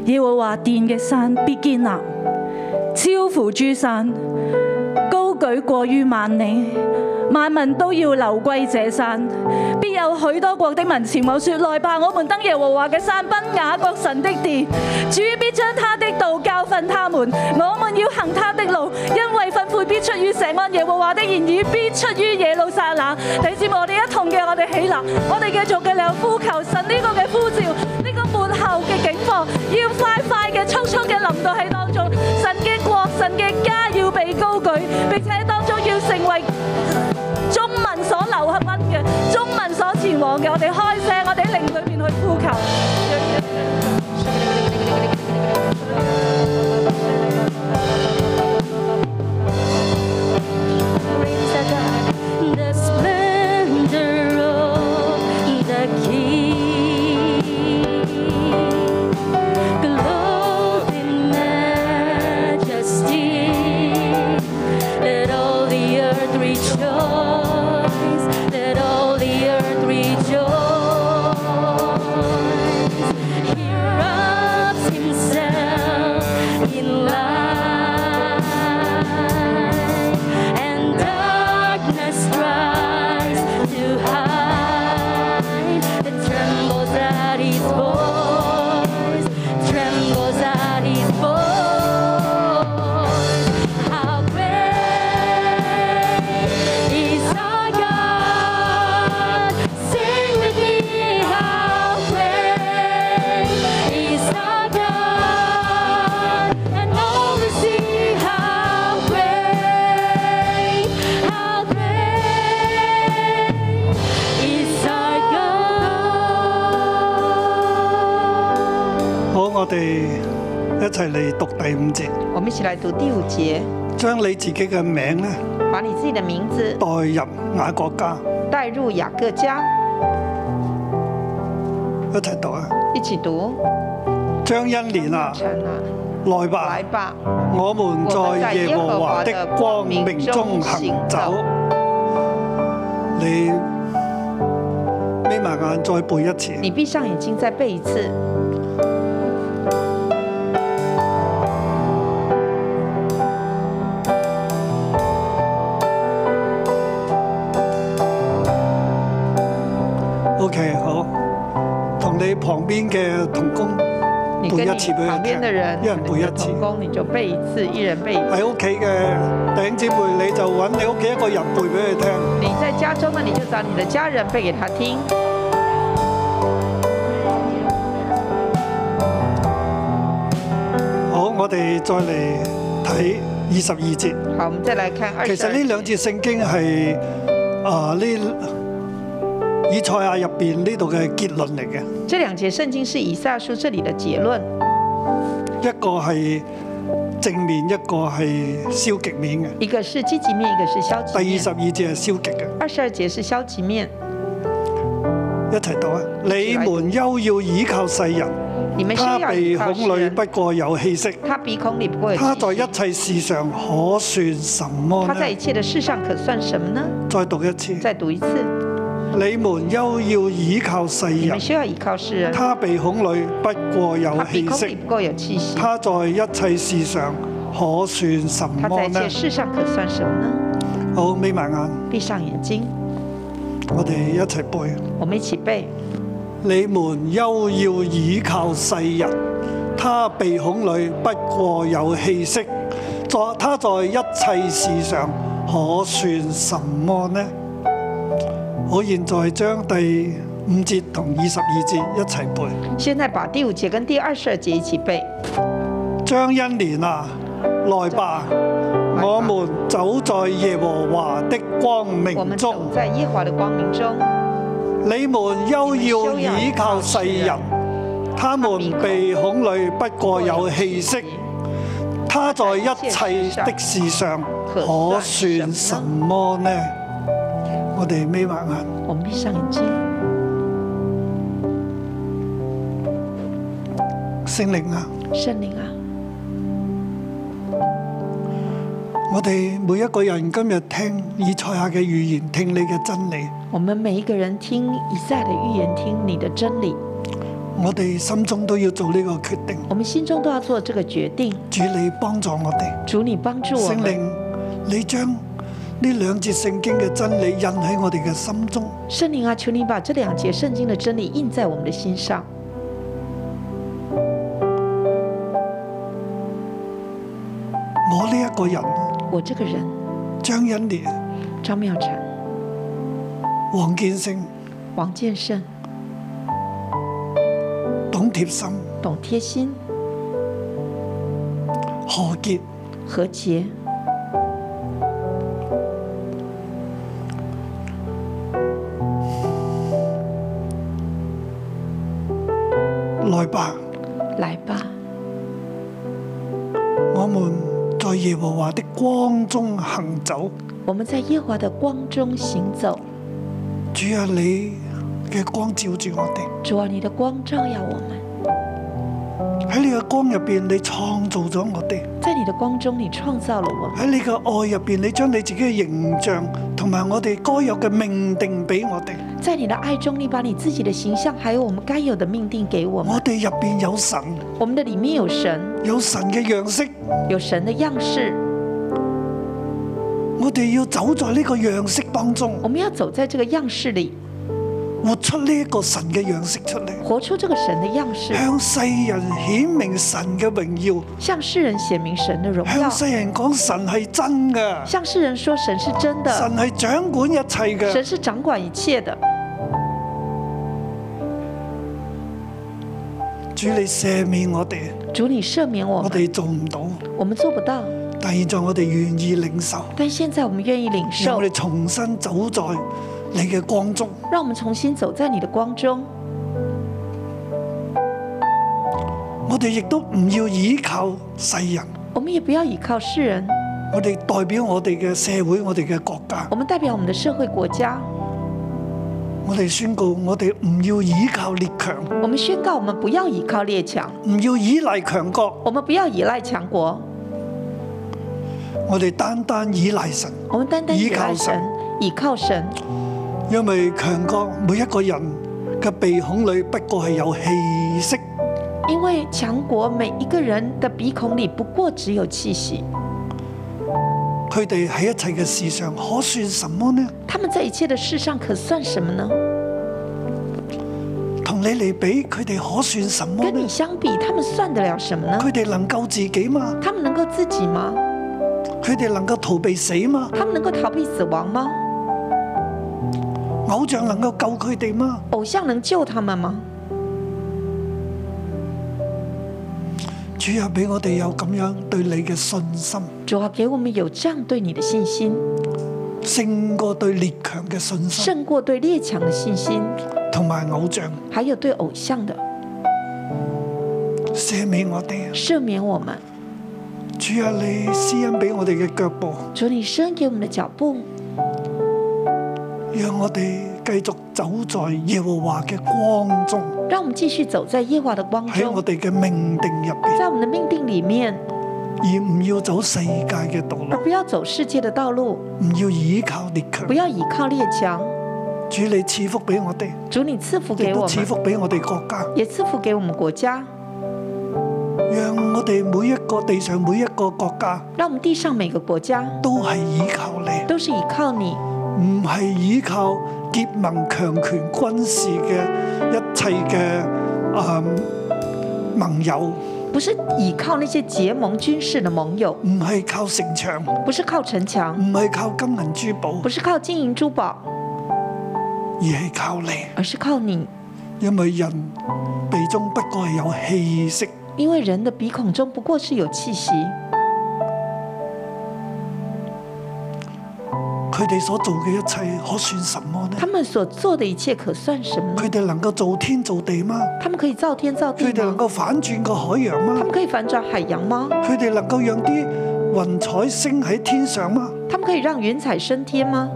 Speaker 5: 耶和華殿嘅山必建立，超乎諸山，高舉過於萬里。萬民都要流歸這山，必有許多國的民前往說：來吧，我們登耶和華嘅山，奔雅各神的地。主必將他的道教訓他們，我們要行他的路，因為訓誨必出於錫安，耶和華的言語必出於耶路撒冷。弟兄姊妹，我哋一同嘅，我哋起立，我哋繼續嘅嚟呼求神呢個嘅呼召，呢、個末後嘅境況要快快嘅、速速嘅臨到喺當中。神嘅國、神嘅家要被高舉，並且當中要成為。中文所流行嘅，中文所前往嘅，我哋開聲，我哋喺靈裏面去呼求。
Speaker 7: The splendor of the King, clothed in majesty, let all the earth rejoice. Let all the earth rejoice. He wraps himself in light, and darkness tries to hide. It trembles at his voice, trembles at his voice. How great is our God? Sing with me, how great is our God? And all will see how great, how great is our God.
Speaker 2: 好，我哋一齊嚟讀第五節，
Speaker 3: 我们一起来读第五节，
Speaker 2: 將你自己嘅名咧
Speaker 3: 把你自己的名字
Speaker 2: 代入雅各家，
Speaker 3: 带入雅各家，
Speaker 2: 一齊讀啊！
Speaker 3: 一起读。
Speaker 2: 張恩年啊，
Speaker 3: 神啊，
Speaker 2: 來
Speaker 3: 来
Speaker 2: 吧，
Speaker 3: 吧，
Speaker 2: 我們在耶和華的光明中行走。你眯埋眼再背一次。
Speaker 3: 你闭上眼睛再背一次。
Speaker 2: OK，好，同你旁邊嘅童工
Speaker 3: 你
Speaker 2: 背
Speaker 3: 跟
Speaker 2: 一次
Speaker 3: 你
Speaker 2: 俾佢
Speaker 3: 旁
Speaker 2: 聽
Speaker 3: 边的人，，
Speaker 2: 一人背一次
Speaker 3: 同。工你就背一次，一人背一次。
Speaker 2: 喺屋企嘅弟兄姊妹，你就揾你屋企一個人背俾佢聽。
Speaker 3: 你在家中呢，你就找你的家人背给他听。
Speaker 2: 好，我哋再嚟睇二十二節。
Speaker 3: 好，我们再来看二
Speaker 2: 其
Speaker 3: 十
Speaker 2: 實呢兩節聖經係啊呢以賽亞入邊呢度嘅結論嚟嘅，
Speaker 3: 这两节圣经是以赛亚书这里的结论，
Speaker 2: 一個係正面，一個係消極面嘅。
Speaker 3: 一个是积极面，一個是消极
Speaker 2: 第二
Speaker 3: 面
Speaker 2: 十。二節係消極嘅，
Speaker 3: 二十二节是消极面，
Speaker 2: 一齊讀啊！你們休要倚靠世人，
Speaker 3: 你们需
Speaker 2: 他
Speaker 3: 要依
Speaker 2: 鼻
Speaker 3: 靠
Speaker 2: 孔裏
Speaker 3: 神。
Speaker 2: 不過有氣息，
Speaker 3: 他鼻孔里不过有
Speaker 2: 他
Speaker 3: 氣
Speaker 2: 在
Speaker 3: 息
Speaker 2: 一切事上可算什麼
Speaker 3: 他在一
Speaker 2: 呢？
Speaker 3: 切的事上可算什么呢？
Speaker 2: 再讀一次，
Speaker 3: 再讀一次，
Speaker 2: 你們休要倚靠世
Speaker 3: 你
Speaker 2: 人
Speaker 3: 们，需要依靠世人。
Speaker 2: 他鼻孔裏不過有
Speaker 3: 他
Speaker 2: 氣
Speaker 3: 鼻孔
Speaker 2: 息
Speaker 3: 里。不过有气息，
Speaker 2: 他在一切事上可算什
Speaker 3: 他在
Speaker 2: 麼
Speaker 3: 一
Speaker 2: 呢
Speaker 3: 切？事上可算什么呢？
Speaker 2: 好，眯埋眼，
Speaker 3: 闭上眼睛，
Speaker 2: 我哋一齊背。
Speaker 3: 我们一起背。
Speaker 2: 你們休要倚靠世人，他鼻孔裏不過有氣息，在他在一切事上可算什麼呢？好，現在將第五節同二十二節一齊背。
Speaker 3: 现在把第五节跟第二十二节一起背。
Speaker 2: 張恩年啊，來吧，我們走在耶和華的光
Speaker 3: 我
Speaker 2: 明
Speaker 3: 们
Speaker 2: 中
Speaker 3: 走。在耶和华的光明中，
Speaker 2: 你們休要倚靠世人，他們鼻孔裏不過有氣息，他在一切的事上可算什麼呢？我哋眯埋眼，
Speaker 3: 我们闭上眼睛，
Speaker 2: 聖靈啊，
Speaker 3: 圣灵啊，
Speaker 2: 我哋每一個人今日聽以賽亞嘅預言，聽你嘅真理，
Speaker 3: 我们每一个人听以赛的预言，听你的真理，
Speaker 2: 我哋心中都要做呢個決定。
Speaker 3: 我们心中都要做这个决定。
Speaker 2: 主你幫助啊我哋，
Speaker 3: 主，你帮助我
Speaker 2: 聖
Speaker 3: 们，
Speaker 2: 靈，你將呢兩節聖經嘅真理印喺我哋嘅心中，
Speaker 3: 圣灵啊，求你把这两节圣经的真理印在我们的心上，
Speaker 2: 我呢一個人，
Speaker 3: 我这个人，
Speaker 2: 張欣烈、
Speaker 3: 张妙婵、
Speaker 2: 黃建勝、
Speaker 3: 王建胜、
Speaker 2: 董貼心、
Speaker 3: 董贴心、
Speaker 2: 何傑，
Speaker 3: 何洁，
Speaker 2: 來吧，
Speaker 3: 来吧，
Speaker 2: 我們在耶和華的光中行走。
Speaker 3: 我们在耶和华的光中行走。
Speaker 2: 主啊，你嘅光照住我哋，
Speaker 3: 主啊，你的光照耀我们，
Speaker 2: 喺你嘅光入邊，你創造咗我哋；
Speaker 3: 在你的光中，你创造了我们。
Speaker 2: 喺你嘅愛入邊，你將你自己嘅形象同埋我哋該有嘅命定俾我哋。
Speaker 3: 在你的爱中，你把你自己的形象，还有我们该有的命定给我们。
Speaker 2: 我哋入邊有神，
Speaker 3: 我们的里面有神，
Speaker 2: 有神嘅樣式，
Speaker 3: 有神的样式，
Speaker 2: 我哋要走在呢個樣式當中，
Speaker 3: 我们要走在这个样式里，
Speaker 2: 活出呢一個神嘅樣式出嚟，
Speaker 3: 活出这个神的样式，
Speaker 2: 向世人顯明神嘅榮
Speaker 3: 向世人显明神的荣
Speaker 2: 耀，
Speaker 3: 耀
Speaker 2: 向，世人講神係真嘅，
Speaker 3: 向世人说神是真的，
Speaker 2: 神係掌管一切
Speaker 3: 神
Speaker 2: 嘅。
Speaker 3: 是掌管一切的。
Speaker 2: 主你赦免我哋，
Speaker 3: 主，你赦免我
Speaker 2: 我
Speaker 3: 们，
Speaker 2: 哋做唔到，
Speaker 3: 我们做不到，
Speaker 2: 但現在我哋願意領受。
Speaker 3: 但现在我们愿意领
Speaker 2: 让
Speaker 3: 受
Speaker 2: 我，哋重新走在你嘅光中，
Speaker 3: 让我们重新走在你的光中。
Speaker 2: 我哋亦都唔要倚靠世人，
Speaker 3: 我们也不要倚靠世人，
Speaker 2: 我哋代表我哋嘅社會，我哋嘅國家，
Speaker 3: 我们代表我们的社会国家，
Speaker 2: 我哋宣告，我哋唔要倚靠列強，
Speaker 3: 我们宣告我们不要倚靠列强，
Speaker 2: 唔要依賴強國，
Speaker 3: 我们不要依赖强国，
Speaker 2: 我哋單單依賴神，
Speaker 3: 我们单单依赖
Speaker 2: 依
Speaker 3: 神，倚靠神，
Speaker 2: 因為強國每一個人嘅鼻孔裏不過係有氣息，
Speaker 3: 因为强国每一个人的鼻孔里不过只有气息，
Speaker 2: 佢哋喺一切嘅事上可算什麼呢？
Speaker 3: 他们在一切的事上可算什么呢？
Speaker 2: 同你嚟比，佢哋可算什麼
Speaker 3: 跟
Speaker 2: 呢
Speaker 3: 你？相比，他们算得了什么呢？
Speaker 2: 佢哋能夠自己嗎？
Speaker 3: 他们能够自己吗？
Speaker 2: 佢哋能夠逃避死嗎？
Speaker 3: 他们能够逃避死亡吗？
Speaker 2: 偶像能夠救佢哋嗎？
Speaker 3: 偶像能救他们吗？
Speaker 2: 主啊，俾我哋有咁樣對你嘅信心，
Speaker 3: 主啊，给我们有这样对你的信心，
Speaker 2: 勝過對列強嘅信心，
Speaker 3: 胜过对列强的信心，
Speaker 2: 同埋偶像
Speaker 3: 还有对偶像的
Speaker 2: 赦免我哋。啊
Speaker 3: 赦免我们。
Speaker 2: 主啊，你施恩俾我哋嘅腳步，
Speaker 3: 主，你伸给我们的脚步，
Speaker 2: 讓我哋繼續走在耶和華嘅光中，
Speaker 3: 让我们继续走在耶和华的光
Speaker 2: 喺我
Speaker 3: 中，
Speaker 2: 哋嘅命定入邊，
Speaker 3: 在我们的命定里面，
Speaker 2: 而唔要走世界嘅道
Speaker 3: 而
Speaker 2: 路，
Speaker 3: 不要走世界的道路，
Speaker 2: 唔要倚靠列強
Speaker 3: 不。要倚靠列强。
Speaker 2: 主，你賜福俾我哋，
Speaker 3: 主，你赐福
Speaker 2: 亦
Speaker 3: 给
Speaker 2: 都
Speaker 3: 我
Speaker 2: 賜
Speaker 3: 们，
Speaker 2: 福俾我哋國家，
Speaker 3: 也赐福给我们国家，
Speaker 2: 讓我哋每一個地上每一個國家
Speaker 3: 让我们地上每个国家
Speaker 2: 都係倚靠你。
Speaker 3: 都是倚靠你，
Speaker 2: 唔係依靠結盟強權軍事嘅一切嘅啊、嗯盟友，
Speaker 3: 不是倚靠那些结盟军事的盟友，
Speaker 2: 唔係靠城牆，
Speaker 3: 不是靠城
Speaker 2: 唔
Speaker 3: 墙，
Speaker 2: 係靠金銀珠寶
Speaker 3: 不，是靠金银珠宝，
Speaker 2: 而係靠你，
Speaker 3: 而是靠你，
Speaker 2: 因為人鼻中不過係有氣息。
Speaker 3: 因为人的鼻孔中不过是有气息，
Speaker 2: 佢哋所做嘅一切可算什麼呢
Speaker 3: 他？们所做的一切可算什么呢
Speaker 2: 佢？哋能夠造天造地嗎？
Speaker 3: 他们可以造天造地
Speaker 2: 佢哋能
Speaker 3: 吗？
Speaker 2: 夠反轉個海洋
Speaker 3: 他
Speaker 2: 嗎
Speaker 3: 们？可以反转海洋吗？
Speaker 2: 佢哋能夠讓啲雲彩升喺天上嗎？
Speaker 3: 他们可以让云彩升天吗？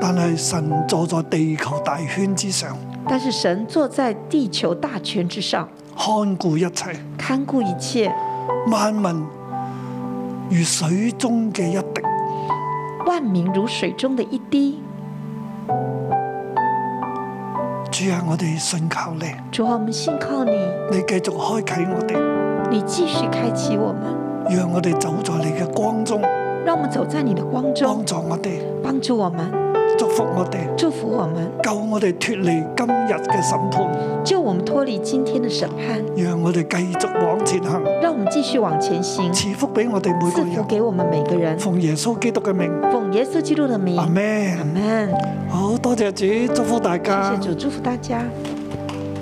Speaker 2: 但係神坐在地球大圈之上，
Speaker 3: 但是神坐在地球大权之上，
Speaker 2: 看顧一切。
Speaker 3: 看顾一切，
Speaker 2: 萬民如水中嘅一滴，
Speaker 3: 万民如水中的一滴。
Speaker 2: 主主啊，我哋信靠你，
Speaker 3: 主啊，我们信靠你，
Speaker 2: 你繼續開啟我哋，
Speaker 3: 你继续开启我们，
Speaker 2: 讓我哋走在你嘅光中，
Speaker 3: 让我们走在你的光
Speaker 2: 幫
Speaker 3: 中，
Speaker 2: 助我哋，
Speaker 3: 帮助我们，
Speaker 2: 祝福我哋，
Speaker 3: 祝福我们，
Speaker 2: 救我哋脱離今日嘅審判，
Speaker 3: 救我们脱离今天的审判，
Speaker 2: 讓我哋繼續往前行，
Speaker 3: 让我们继续往前行，
Speaker 2: 賜福俾我哋每個
Speaker 3: 赐福
Speaker 2: 人。
Speaker 3: 给我们每个人。
Speaker 2: 奉耶穌基督嘅名，
Speaker 3: 奉耶稣基督的名，
Speaker 2: 阿
Speaker 3: 阿
Speaker 2: 咩？
Speaker 3: 门。
Speaker 2: 好多謝主，祝福大
Speaker 3: 谢
Speaker 2: 家
Speaker 3: 谢。主，祝福大家。